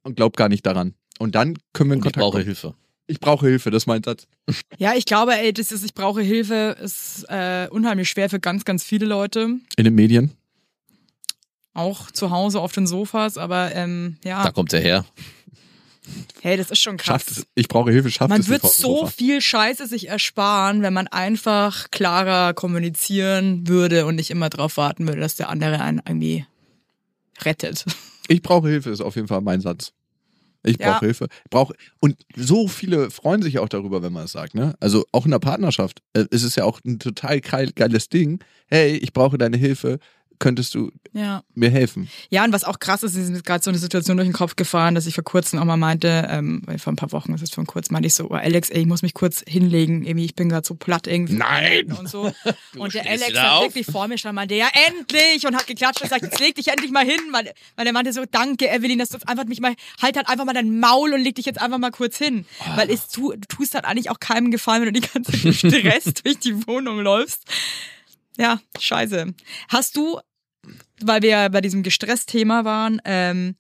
und glaub gar nicht daran. Und dann können wir in Und ich Kontakt brauche kommen. Hilfe. Ich brauche Hilfe, das ist mein Satz. Ja, ich glaube, ey, das ist, ich brauche Hilfe, ist äh, unheimlich schwer für ganz, ganz viele Leute. In den Medien. Auch zu Hause auf den Sofas, aber ähm, Da ja, kommt er her. hey, das ist schon Schafft krass. es. Ich brauche Hilfe, schafft Man es. wird nicht, Frau so Hofer. viel Scheiße sich ersparen, wenn man einfach klarer kommunizieren würde und nicht immer darauf warten würde, dass der andere einen irgendwie rettet. Ich brauche Hilfe, ist auf jeden Fall mein Satz. Ich brauche Ja. Hilfe. Brauche, und so viele freuen sich auch darüber, wenn man es sagt, ne? Also auch in der Partnerschaft. Äh, Es ist ja auch ein total geil- geiles Ding. Hey, ich brauche deine Hilfe. könntest du Ja. mir helfen? Ja, und was auch krass ist, ist mir gerade so eine Situation durch den Kopf gefahren, dass ich vor kurzem auch mal meinte, ähm, weil vor ein paar Wochen, das ist vor kurzem, meinte ich so, oh Alex, ey, ich muss mich kurz hinlegen, irgendwie, ich bin gerade so platt irgendwie. Nein! Und so. Und der stehst Alex wieder hat auf? wirklich vor mir stand, meinte, ja, endlich! Und hat geklatscht und gesagt, jetzt leg dich endlich mal hin, weil, weil er meinte so, danke, Evelyn, dass du jetzt einfach mich mal, halt halt einfach mal dein Maul und leg dich jetzt einfach mal kurz hin. Ah. Weil es, tu, du tust halt eigentlich auch keinem Gefallen, wenn du die ganze Zeit gestresst durch die Wohnung läufst. Ja, scheiße. Hast du, weil wir ja bei diesem Gestresst-Thema waren, ähm,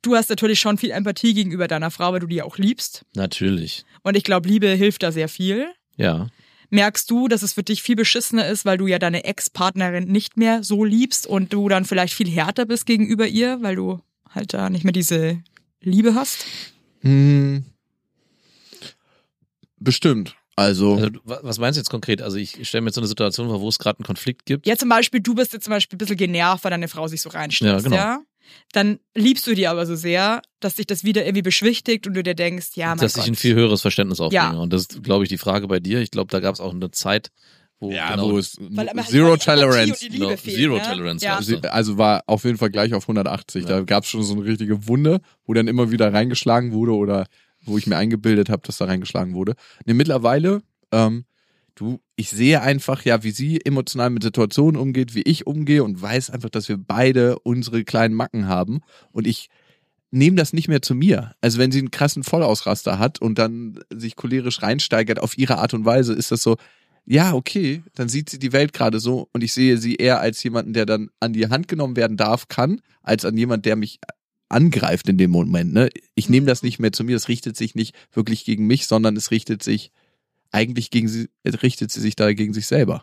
du hast natürlich schon viel Empathie gegenüber deiner Frau, weil du die ja auch liebst. Natürlich. Und ich glaube, Liebe hilft da sehr viel. Ja. Merkst du, dass es für dich viel beschissener ist, weil du ja deine Ex-Partnerin nicht mehr so liebst und du dann vielleicht viel härter bist gegenüber ihr, weil du halt da nicht mehr diese Liebe hast? Hm. Bestimmt. Also, Also, du- wa- was meinst du jetzt konkret? Also ich stelle mir jetzt so eine Situation vor, wo es gerade einen Konflikt gibt. Ja, zum Beispiel, du bist jetzt zum Beispiel ein bisschen genervt, weil deine Frau sich so reinstellt. Ja, Ja, genau. Dann liebst du die aber so sehr, dass dich das wieder irgendwie beschwichtigt und du dir denkst, ja, mein dass Gott. ich ein viel höheres Verständnis aufbringe. Ja. Und das ist, glaube ich, die Frage bei dir. Ich glaube, da gab es auch eine Zeit, wo ja, genau wo es Weil- weil- weil Zero die Empathie und Tolerance. die Liebe Genau, fehlt, Zero ne? Tolerance Ja. war es. Sie- Also war auf jeden Fall gleich auf 180. Da gab es schon so eine richtige Wunde, wo dann immer wieder reingeschlagen wurde oder wo ich mir eingebildet habe, dass da reingeschlagen wurde. Nee, mittlerweile, ähm, du, ich sehe einfach ja, wie sie emotional mit Situationen umgeht, wie ich umgehe und weiß einfach, dass wir beide unsere kleinen Macken haben und ich nehme das nicht mehr zu mir. Also wenn sie einen krassen Vollausraster hat und dann sich cholerisch reinsteigert auf ihre Art und Weise, ist das so, ja, okay, dann sieht sie die Welt gerade so und ich sehe sie eher als jemanden, der dann an die Hand genommen werden darf, kann, als an jemand, der mich angreift in dem Moment. Ne? Ich nehme das nicht mehr zu mir, es richtet sich nicht wirklich gegen mich, sondern es richtet sich eigentlich gegen sie, es richtet sie sich da gegen sich selber.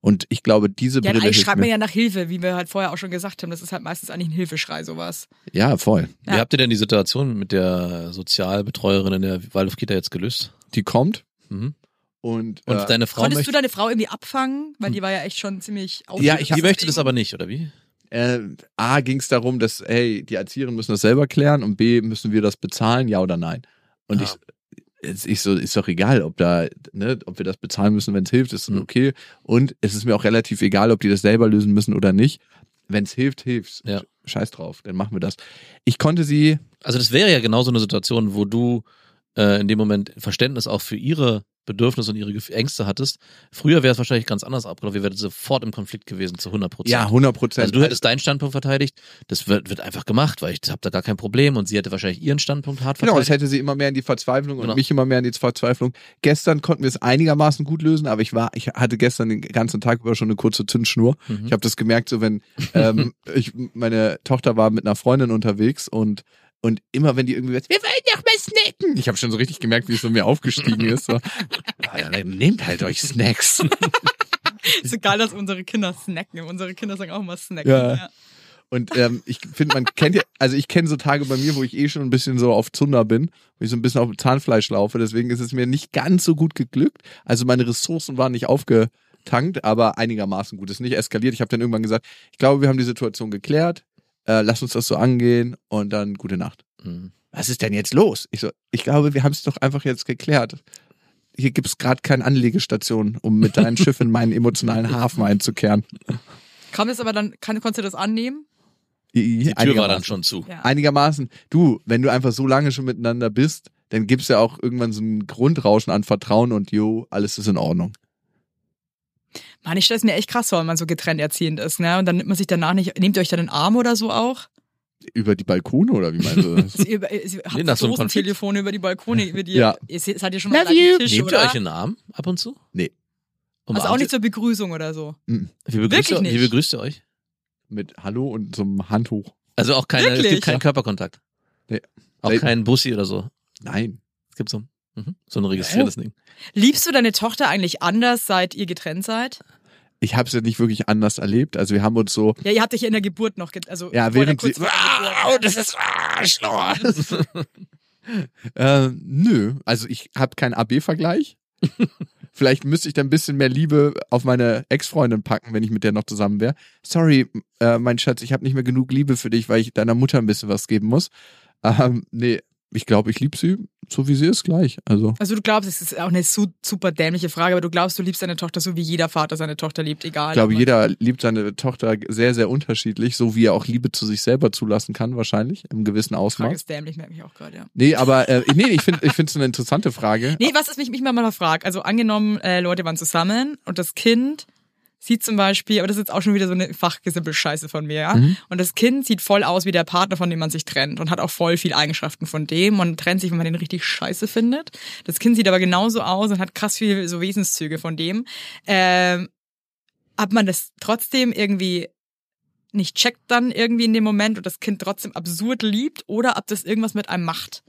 Und ich glaube, diese Ja, Brille eigentlich hilft schreibt man mir. ja nach Hilfe, wie wir halt vorher auch schon gesagt haben. Das ist halt meistens eigentlich ein Hilfeschrei, sowas. Ja, voll. Wie Ja. habt ihr denn die Situation mit der Sozialbetreuerin in der Waldorf-Kita jetzt gelöst? Die kommt Mhm. und, Und äh, deine Frau Konntest möchte, Hm. du deine Frau irgendwie abfangen? Weil die war ja echt schon ziemlich Ja, ich die hab- möchte das aber nicht, oder wie? äh, A ging es darum, dass, hey, die Erzieherinnen müssen das selber klären und B, müssen wir das bezahlen, ja oder nein? Und Ja. ich, jetzt, ich so, ist doch egal, ob da, ne, ob wir das bezahlen müssen, wenn es hilft, ist Mhm. okay. Und es ist mir auch relativ egal, ob die das selber lösen müssen oder nicht. Wenn es hilft, hilft's. Ja. Scheiß drauf, dann machen wir das. Ich konnte sie, Also das wäre ja genau so eine Situation, wo du äh, in dem Moment Verständnis auch für ihre Bedürfnisse und ihre Gef- Ängste hattest. Früher wäre es wahrscheinlich ganz anders abgelaufen. Wir wären sofort im Konflikt gewesen zu 100 Prozent. ja, 100 Prozent. Also du hättest deinen Standpunkt verteidigt, das wird, wird einfach gemacht, weil ich habe da gar kein Problem und sie hätte wahrscheinlich ihren Standpunkt hart Genau, das verteidigt. hätte sie immer mehr in die Verzweiflung und Genau. mich immer mehr in die Verzweiflung. Gestern konnten wir es einigermaßen gut lösen, aber ich war, ich hatte gestern den ganzen Tag über schon eine kurze Zündschnur. Mhm. Ich habe das gemerkt, so wenn ähm, ich, meine Tochter war mit einer Freundin unterwegs und und immer wenn die irgendwie jetzt, wir wollen doch mal snacken. Ich habe schon so richtig gemerkt, wie es bei mir aufgestiegen ist. So. "Ah, ja, dann Nehmt halt euch Snacks. Ist egal, dass unsere Kinder snacken. Unsere Kinder sagen auch immer snacken. Ja. Ja. Und ähm, ich finde, man kennt ja, also ich kenne so Tage bei mir, wo ich eh schon ein bisschen so auf Zunder bin, wo ich so ein bisschen auf Zahnfleisch laufe. Deswegen ist es mir nicht ganz so gut geglückt. Also meine Ressourcen waren nicht aufgetankt, aber einigermaßen gut. Es ist nicht eskaliert. Ich habe dann irgendwann gesagt, ich glaube, wir haben die Situation geklärt. Äh, lass uns das so angehen und dann gute Nacht. Mhm. Was ist denn jetzt los? Ich so, ich glaube, wir haben es doch einfach jetzt geklärt. Hier gibt's grad gerade keine Anlegestation, um mit deinem Schiff in meinen emotionalen Hafen einzukehren. Kam es aber dann, kann, konntest du das annehmen? Die Tür war dann schon zu. Ja. einigermaßen, du, wenn du einfach so lange schon miteinander bist, dann gibt's ja auch irgendwann so ein Grundrauschen an Vertrauen und jo, alles ist in Ordnung. Mann, ich stelle es mir echt krass vor, wenn man so getrennt erziehend ist, ne? Und dann nimmt man sich danach nicht, nehmt ihr euch dann den Arm oder so auch? Über die Balkone oder wie meinst du das? Sie, über, sie habt Nee, nach so einem großen Telefone über die Balkone, über die, Ja. ihr se- seid ihr schon mal Love an einem you. Tisch, Nehmt ihr oder? euch einen Arm ab und zu? Um Nee. also auch nicht zur Begrüßung oder so. wie, begrüßt ihr, Wirklich wie nicht. begrüßt ihr euch? Mit Hallo und so einem Handhoch. Also auch keine, es Wirklich? gibt keinen Körperkontakt. Nee. Auch Nee. keinen Bussi oder so. Nein. Es gibt so, mhm, so ein registriertes Ding. Liebst du deine Tochter eigentlich anders, seit ihr getrennt seid? Ich habe es ja nicht wirklich anders erlebt. Also wir haben uns so, Ja, ihr habt euch ja in der Geburt noch, get also ja, vor der während sie, kurzen Geburt, ja. wow, das ist Arschloch. ähm, nö, also ich habe keinen AB-Vergleich. Vielleicht müsste ich da ein bisschen mehr Liebe auf meine Ex-Freundin packen, wenn ich mit der noch zusammen wäre. Sorry, äh, mein Schatz, ich habe nicht mehr genug Liebe für dich, weil ich deiner Mutter ein bisschen was geben muss. Ähm, nee, ich glaube, ich liebe sie so, wie sie ist, gleich. Also Also du glaubst, es ist auch eine su super dämliche Frage, aber du glaubst, du liebst deine Tochter so, wie jeder Vater seine Tochter liebt, egal. ich glaube, ob- jeder liebt seine Tochter sehr, sehr unterschiedlich, so wie er auch Liebe zu sich selber zulassen kann, wahrscheinlich, im gewissen Frage Ausmaß. ist dämlich, merke ich auch gerade, ja. Nee, aber äh, nee, ich finde ich finde es eine interessante Frage. Nee, was ist mich, mich mal mal fragt. Also angenommen, äh, Leute waren zusammen und das Kind sieht zum Beispiel, aber das ist jetzt auch schon wieder so eine Fachgesippel-Scheiße von mir, ja. Mhm. Und das Kind sieht voll aus wie der Partner, von dem man sich trennt und hat auch voll viel Eigenschaften von dem und trennt sich, wenn man den richtig scheiße findet. Das Kind sieht aber genauso aus und hat krass viel so Wesenszüge von dem. Ähm, ob man das trotzdem irgendwie nicht checkt dann irgendwie in dem Moment und das Kind trotzdem absurd liebt oder ob das irgendwas mit einem macht.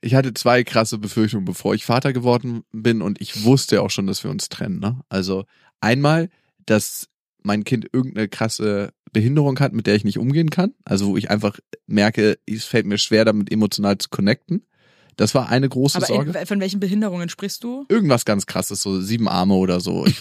Ich hatte zwei krasse Befürchtungen, bevor ich Vater geworden bin und ich wusste auch schon, dass wir uns trennen. Ne? Also einmal, dass mein Kind irgendeine krasse Behinderung hat, mit der ich nicht umgehen kann. Also wo ich einfach merke, es fällt mir schwer, damit emotional zu connecten. Das war eine große Aber Sorge. in, von welchen Behinderungen sprichst du? Irgendwas ganz krasses, so sieben Arme oder so.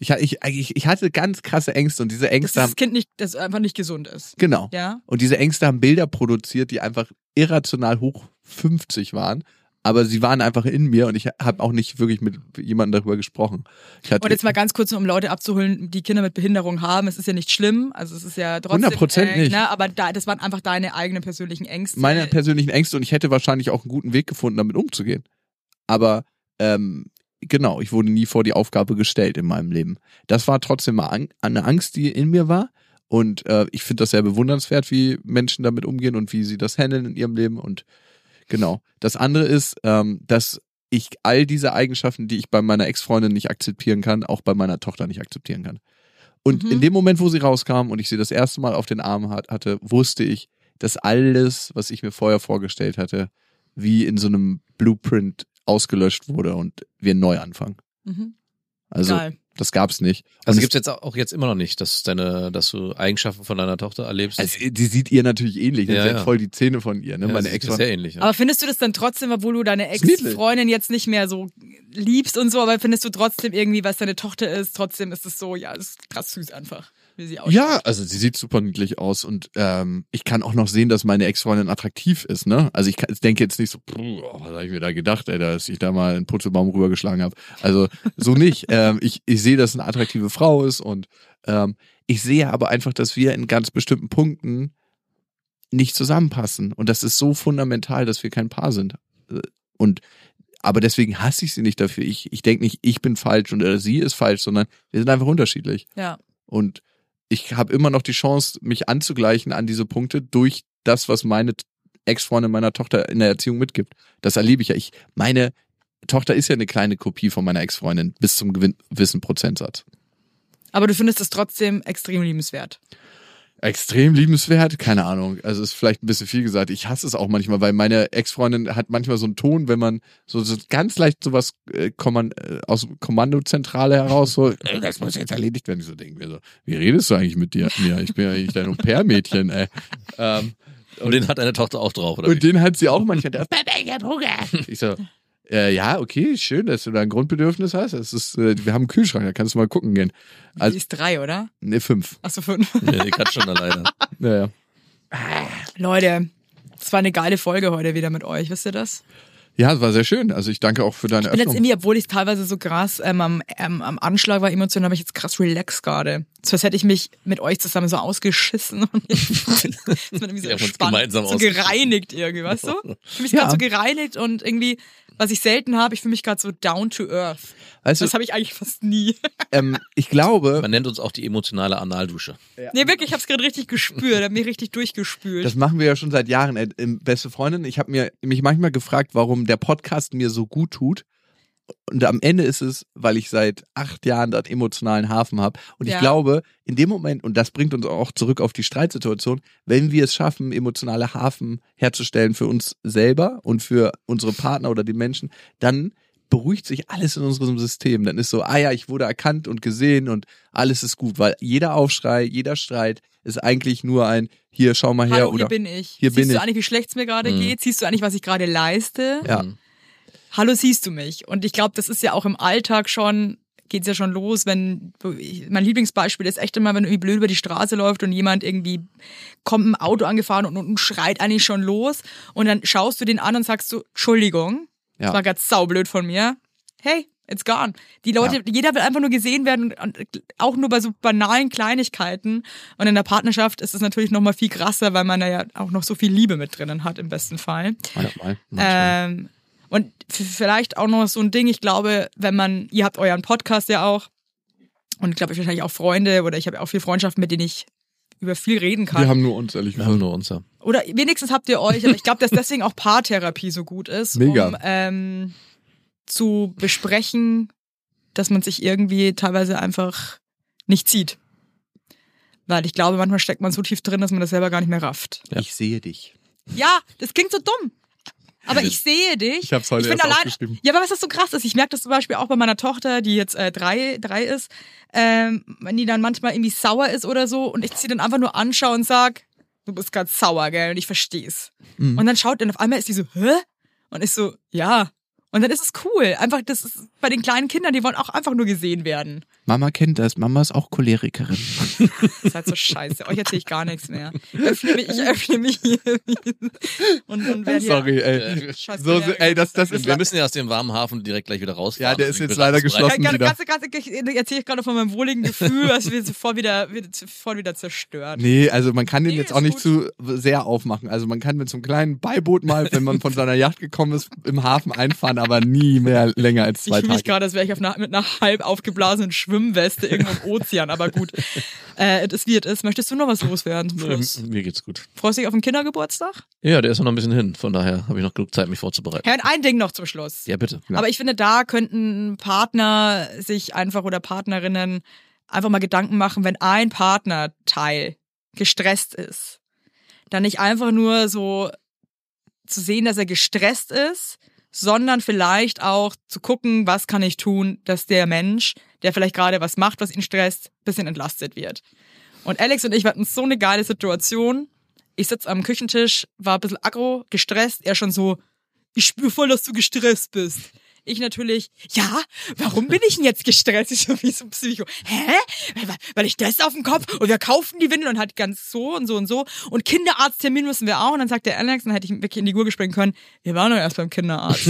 Ich, ich, ich, ich, ich hatte ganz krasse Ängste und diese dass Ängste das haben, Kind nicht, das einfach nicht gesund ist. genau. Ja. Und diese Ängste haben Bilder produziert, die einfach irrational hoch 50 waren. Aber sie waren einfach in mir und ich habe auch nicht wirklich mit jemandem darüber gesprochen. Ich hatte Und jetzt mal ganz kurz, nur um Leute abzuholen, die Kinder mit Behinderung haben. Es ist ja nicht schlimm, also es ist ja trotzdem. 100% nicht. Ne, aber da, das waren einfach deine eigenen persönlichen Ängste. meine persönlichen Ängste und ich hätte wahrscheinlich auch einen guten Weg gefunden, damit umzugehen. Aber ähm, genau, ich wurde nie vor die Aufgabe gestellt in meinem Leben. Das war trotzdem mal an, eine Angst, die in mir war. Und äh, ich finde das sehr bewundernswert, wie Menschen damit umgehen und wie sie das handeln in ihrem Leben. Und genau. Das andere ist, ähm, dass ich all diese Eigenschaften, die ich bei meiner Ex-Freundin nicht akzeptieren kann, auch bei meiner Tochter nicht akzeptieren kann. Und Mhm. in dem Moment, wo sie rauskam und ich sie das erste Mal auf den Arm hat, hatte, wusste ich, dass alles, was ich mir vorher vorgestellt hatte, wie in so einem Blueprint ausgelöscht wurde und wir neu anfangen. Mhm. Also Geil. das gab's nicht. Also Und gibt's jetzt auch jetzt immer noch nicht, dass deine, dass du Eigenschaften von deiner Tochter erlebst. Also, die sieht ihr natürlich ähnlich, denn Ja, sie hat ja. voll die Zähne von ihr, ne? ja, Meine das ist ex sehr ähnlich. Ja. Aber findest du das dann trotzdem, obwohl du deine Ist niedlich. Ex-Freundin jetzt nicht mehr so liebst und so, aber findest du trotzdem irgendwie, was deine Tochter ist, trotzdem ist es so, ja, das ist krass süß einfach, wie sie aussieht. Ja, also sie sieht super niedlich aus und ähm, ich kann auch noch sehen, dass meine Ex-Freundin attraktiv ist, ne? Also ich, kann, ich denke jetzt nicht so, "Puh, oh, was habe ich mir da gedacht, ey, dass ich da mal einen Putzelbaum rübergeschlagen habe. Also so nicht. ähm, ich, ich sehe, dass eine attraktive Frau ist und ähm, ich sehe aber einfach, dass wir in ganz bestimmten Punkten nicht zusammenpassen und das ist so fundamental, dass wir kein Paar sind. Äh, Und aber deswegen hasse ich sie nicht dafür. Ich, ich denke nicht, ich bin falsch und äh, sie ist falsch, sondern wir sind einfach unterschiedlich. Ja. Und ich habe immer noch die Chance, mich anzugleichen an diese Punkte durch das, was meine T- Ex-Freundin meiner Tochter in der Erziehung mitgibt. Das erlebe ich ja. Ich, meine Tochter ist ja eine kleine Kopie von meiner Ex-Freundin bis zum gewin- gewissen Prozentsatz. Aber du findest es trotzdem extrem liebenswert. Extrem liebenswert, keine Ahnung. Also ist vielleicht ein bisschen viel gesagt. Ich hasse es auch manchmal, weil meine Ex-Freundin hat manchmal so einen Ton, wenn man so, so ganz leicht sowas äh, komman- äh, aus dem Kommandozentrale heraus so, äh, das muss jetzt erledigt werden. Ich so denke mir so, wie redest du eigentlich mit dir? Ja, ich bin ja eigentlich dein Au-pair-Mädchen, ey. Ähm, und den hat deine Tochter auch drauf, oder? und Wie? den hat sie auch manchmal. Der, Papa, ich hab Hunger. Ich so, äh, ja, okay, schön, dass du da ein Grundbedürfnis hast. Das ist, äh, wir haben einen Kühlschrank, da kannst du mal gucken gehen. Also- sie ist drei, oder? Ne, fünf. Ach so fünf. Nee, die kann schon alleine. Naja. Leute, das war eine geile Folge heute wieder mit euch, wisst ihr das? Ja, es war sehr schön. Also ich danke auch für deine Ich bin jetzt Öffnung. irgendwie, obwohl ich teilweise so krass ähm, am, ähm, am Anschlag war, emotional, habe ich jetzt krass relaxed gerade. So als hätte ich mich mit euch zusammen so ausgeschissen und jetzt ist man irgendwie so Wir haben uns entspannt, gemeinsam so ausgeschissen. gereinigt irgendwie, weißt du? Ich fühle mich Ja. gerade so gereinigt und irgendwie, was ich selten habe, ich fühle mich gerade so down to earth. Weißt du, Das habe ich eigentlich fast nie. ähm, ich glaube, Man nennt uns auch die emotionale Analdusche. Nee, wirklich, ich habe es gerade richtig gespürt, habe mich richtig durchgespült. Das machen wir ja schon seit Jahren. Äh, ähm, Beste Freundin, ich habe mir mich manchmal gefragt, warum der Podcast mir so gut tut. Und am Ende ist es, weil ich seit acht Jahren dort emotionalen Hafen habe. Und ich Ja. glaube, in dem Moment, und das bringt uns auch zurück auf die Streitsituation, wenn wir es schaffen, emotionale Hafen herzustellen für uns selber und für unsere Partner oder die Menschen, dann beruhigt sich alles in unserem System. Dann ist so, ah ja, ich wurde erkannt und gesehen und alles ist gut, weil jeder Aufschrei, jeder Streit ist eigentlich nur ein, hier, schau mal her Hallo, oder hier bin ich. hier Siehst bin du ich. eigentlich, wie schlecht es mir gerade Mhm. geht? Siehst du eigentlich, was ich gerade leiste? Ja. Hallo, siehst du mich? Und ich glaube, das ist ja auch im Alltag schon geht's ja schon los, wenn mein Lieblingsbeispiel ist echt immer, wenn irgendwie blöd über die Straße läuft und jemand irgendwie kommt ein Auto angefahren und, und schreit eigentlich schon los und dann schaust du den an und sagst so, Entschuldigung, Ja. das war ganz saublöd von mir. Hey, it's gone. Die Leute, jeder will einfach nur gesehen werden und auch nur bei so banalen Kleinigkeiten und in der Partnerschaft ist es natürlich noch mal viel krasser, weil man da ja auch noch so viel Liebe mit drinnen hat im besten Fall. Manchmal. manchmal. Ähm, und f- vielleicht auch noch so ein Ding, ich glaube, wenn man, ihr habt euren Podcast ja auch und glaube ich wahrscheinlich auch Freunde oder ich habe ja auch viel Freundschaften, mit denen ich über viel reden kann. Wir haben nur uns, ehrlich Wir gesagt. haben nur unser. oder wenigstens habt ihr euch, aber ich glaube, dass deswegen auch Paartherapie so gut ist, Mega. um ähm, zu besprechen, dass man sich irgendwie teilweise einfach nicht zieht. Weil ich glaube, manchmal steckt man so tief drin, dass man das selber gar nicht mehr rafft. Ja. Ich sehe dich. Ja, das klingt so dumm. Aber ich sehe dich. Ich hab's heute bin erst allein- aufgeschrieben. Ja, aber was das so krass ist, ich merke das zum Beispiel auch bei meiner Tochter, die jetzt äh, drei, drei ist, ähm, wenn die dann manchmal irgendwie sauer ist oder so und ich sie dann einfach nur anschaue und sag, du bist grad sauer, gell, und ich versteh's. Und dann schaut dann auf einmal ist sie so, hä? Und ist so, ja. Und dann ist es cool. Einfach, das ist bei den kleinen Kindern, die wollen auch einfach nur gesehen werden. Mama kennt das. Mama ist auch Cholerikerin. Das ist halt so scheiße. Euch erzähle ich gar nichts mehr. Ich öffne mich, ich öffne mich hier. Und, und werde hier Sorry, ey. Scheiß So, Cholerikerin. ey, das, das ist Wir müssen ja aus dem warmen Hafen direkt gleich wieder raus. Ja, der ist jetzt leider geschlossen. Ganz, wieder. ganz, ganz, ganz, erzähle ich gerade von meinem wohligen Gefühl, dass wir sofort wieder, wir sofort wieder zerstört. Nee, also man kann den Nee, jetzt ist auch gut. nicht zu sehr aufmachen. Also man kann mit so einem kleinen Beiboot mal, wenn man von seiner Yacht gekommen ist, im Hafen einfahren, aber nie mehr länger als Ich zwei fühle mich Tage. gerade, als wäre ich auf einer, mit einer halb aufgeblasenen Schwimmweste irgendwo im Ozean, aber gut. Äh, das wird es. Möchtest du noch was loswerden zum Schluss? Mir geht's gut. Freust du dich auf den Kindergeburtstag? Ja, der ist noch ein bisschen hin. Von daher habe ich noch genug Zeit, mich vorzubereiten. Ja, und ein Ding noch zum Schluss. Ja, bitte. Aber ich finde, da könnten Partner sich einfach oder Partnerinnen einfach mal Gedanken machen, wenn ein Partnerteil gestresst ist. Dann nicht einfach nur so zu sehen, dass er gestresst ist, sondern vielleicht auch zu gucken, was kann ich tun, dass der Mensch, der vielleicht gerade was macht, was ihn stresst, ein bisschen entlastet wird. Und Alex und ich hatten so eine geile Situation. Ich sitze am Küchentisch, war ein bisschen aggro, gestresst, er schon so, ich spüre voll, dass du gestresst bist. Ich natürlich, ja, warum bin ich denn jetzt gestresst? Ich so wie so ein Psycho. um-? Hä? Weil- Weil ich das auf dem Kopf und wir kauften die Windeln und hat ganz so und so und so. Und Kinderarzttermin müssen wir auch. Und dann sagt der Alex, dann hätte ich wirklich in die Gurgel springen können, wir waren doch erst beim Kinderarzt.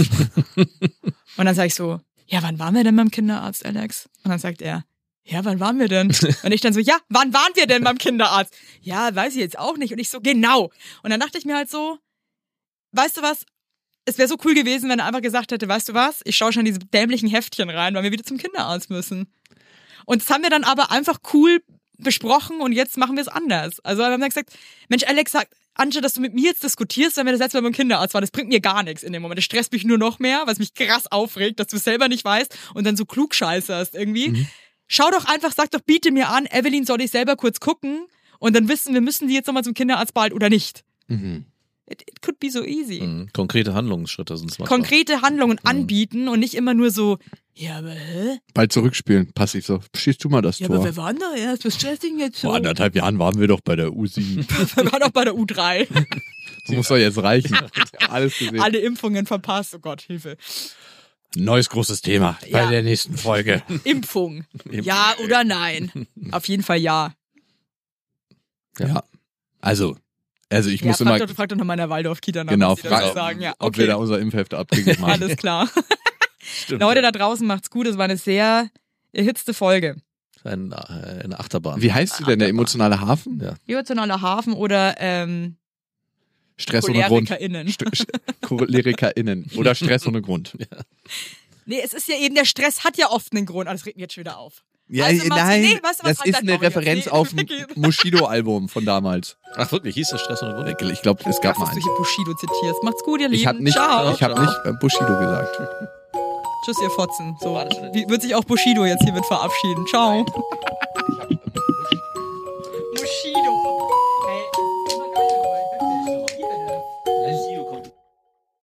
und dann sage ich so, ja, wann waren wir denn beim Kinderarzt, Alex? Und dann sagt er, ja, wann waren wir denn? Und ich dann so, ja, wann waren wir denn beim Kinderarzt? Ja, weiß ich jetzt auch nicht. Und ich so, genau. Und dann dachte ich mir halt so, weißt du was? Es wäre so cool gewesen, wenn er einfach gesagt hätte, weißt du was? Ich schaue schon in diese dämlichen Heftchen rein, weil wir wieder zum Kinderarzt müssen. Und das haben wir dann aber einfach cool besprochen und jetzt machen wir es anders. Also wir haben dann gesagt, Mensch, Alex, sagt, Anja, dass du mit mir jetzt diskutierst, wenn wir das letzte Mal beim Kinderarzt waren, das bringt mir gar nichts in dem Moment. Das stresst mich nur noch mehr, was mich krass aufregt, dass du es selber nicht weißt und dann so klug scheißerst irgendwie. Schau doch einfach, sag doch, biete mir an, Evelyn soll ich selber kurz gucken und dann wissen wir, müssen die jetzt nochmal zum Kinderarzt bald oder nicht. Mhm. It, it could be so easy Mhm. Konkrete Handlungsschritte sind es konkrete Handlungen Mhm. anbieten und nicht immer nur so, ja, aber hä? Bald zurückspielen, passiv so. Schießt du mal das Ja, aber Tor. wir waren da erst, was stresst denn jetzt so? Vor Wir anderthalb Jahren waren wir doch bei der U7. waren auch bei der U3. Das muss doch jetzt reichen. Alles gesehen. Alle Impfungen verpasst, oh Gott, Hilfe. Neues großes Thema Ja. der nächsten Folge. Impfung. Ja oder nein? Auf jeden Fall ja. Ja. Also, also ich ja muss frag, immer doch, frag doch noch mal in der Waldorf-Kita nach, genau was die dazu fragen, sagen. Ja, ob wir da okay. unser Impfheft abgegeben haben. Alles klar. Leute da draußen, macht's gut. Es war eine sehr erhitzte Folge. Ein, äh, eine Achterbahn. Wie heißt du denn, der emotionale Hafen? Ja. Emotionaler Hafen oder ähm, Stress ohne Grund. CholerikerInnen. St- St- CholerikerInnen oder Stress ohne Grund. Nee, es ist ja eben, der Stress hat ja oft einen Grund. Ah, das regt mir jetzt schon wieder auf. Ja, Weißt du, also Martin, nein, nee, weißt du, was das ist halt eine dann auch Referenz jetzt? auf Nee, ein wirklich. Bushido-Album von damals. Ach wirklich, hieß das Stress und Grund? Ich glaube, es gab Dass mal du eins. hier Bushido zitierst. Macht's gut, ihr Lieben. Ich habe nicht, Ciao. ich hab nicht äh, Bushido gesagt. Tschüss, ihr Fotzen. So, wie, wird sich auch Bushido jetzt hiermit verabschieden. Ciao.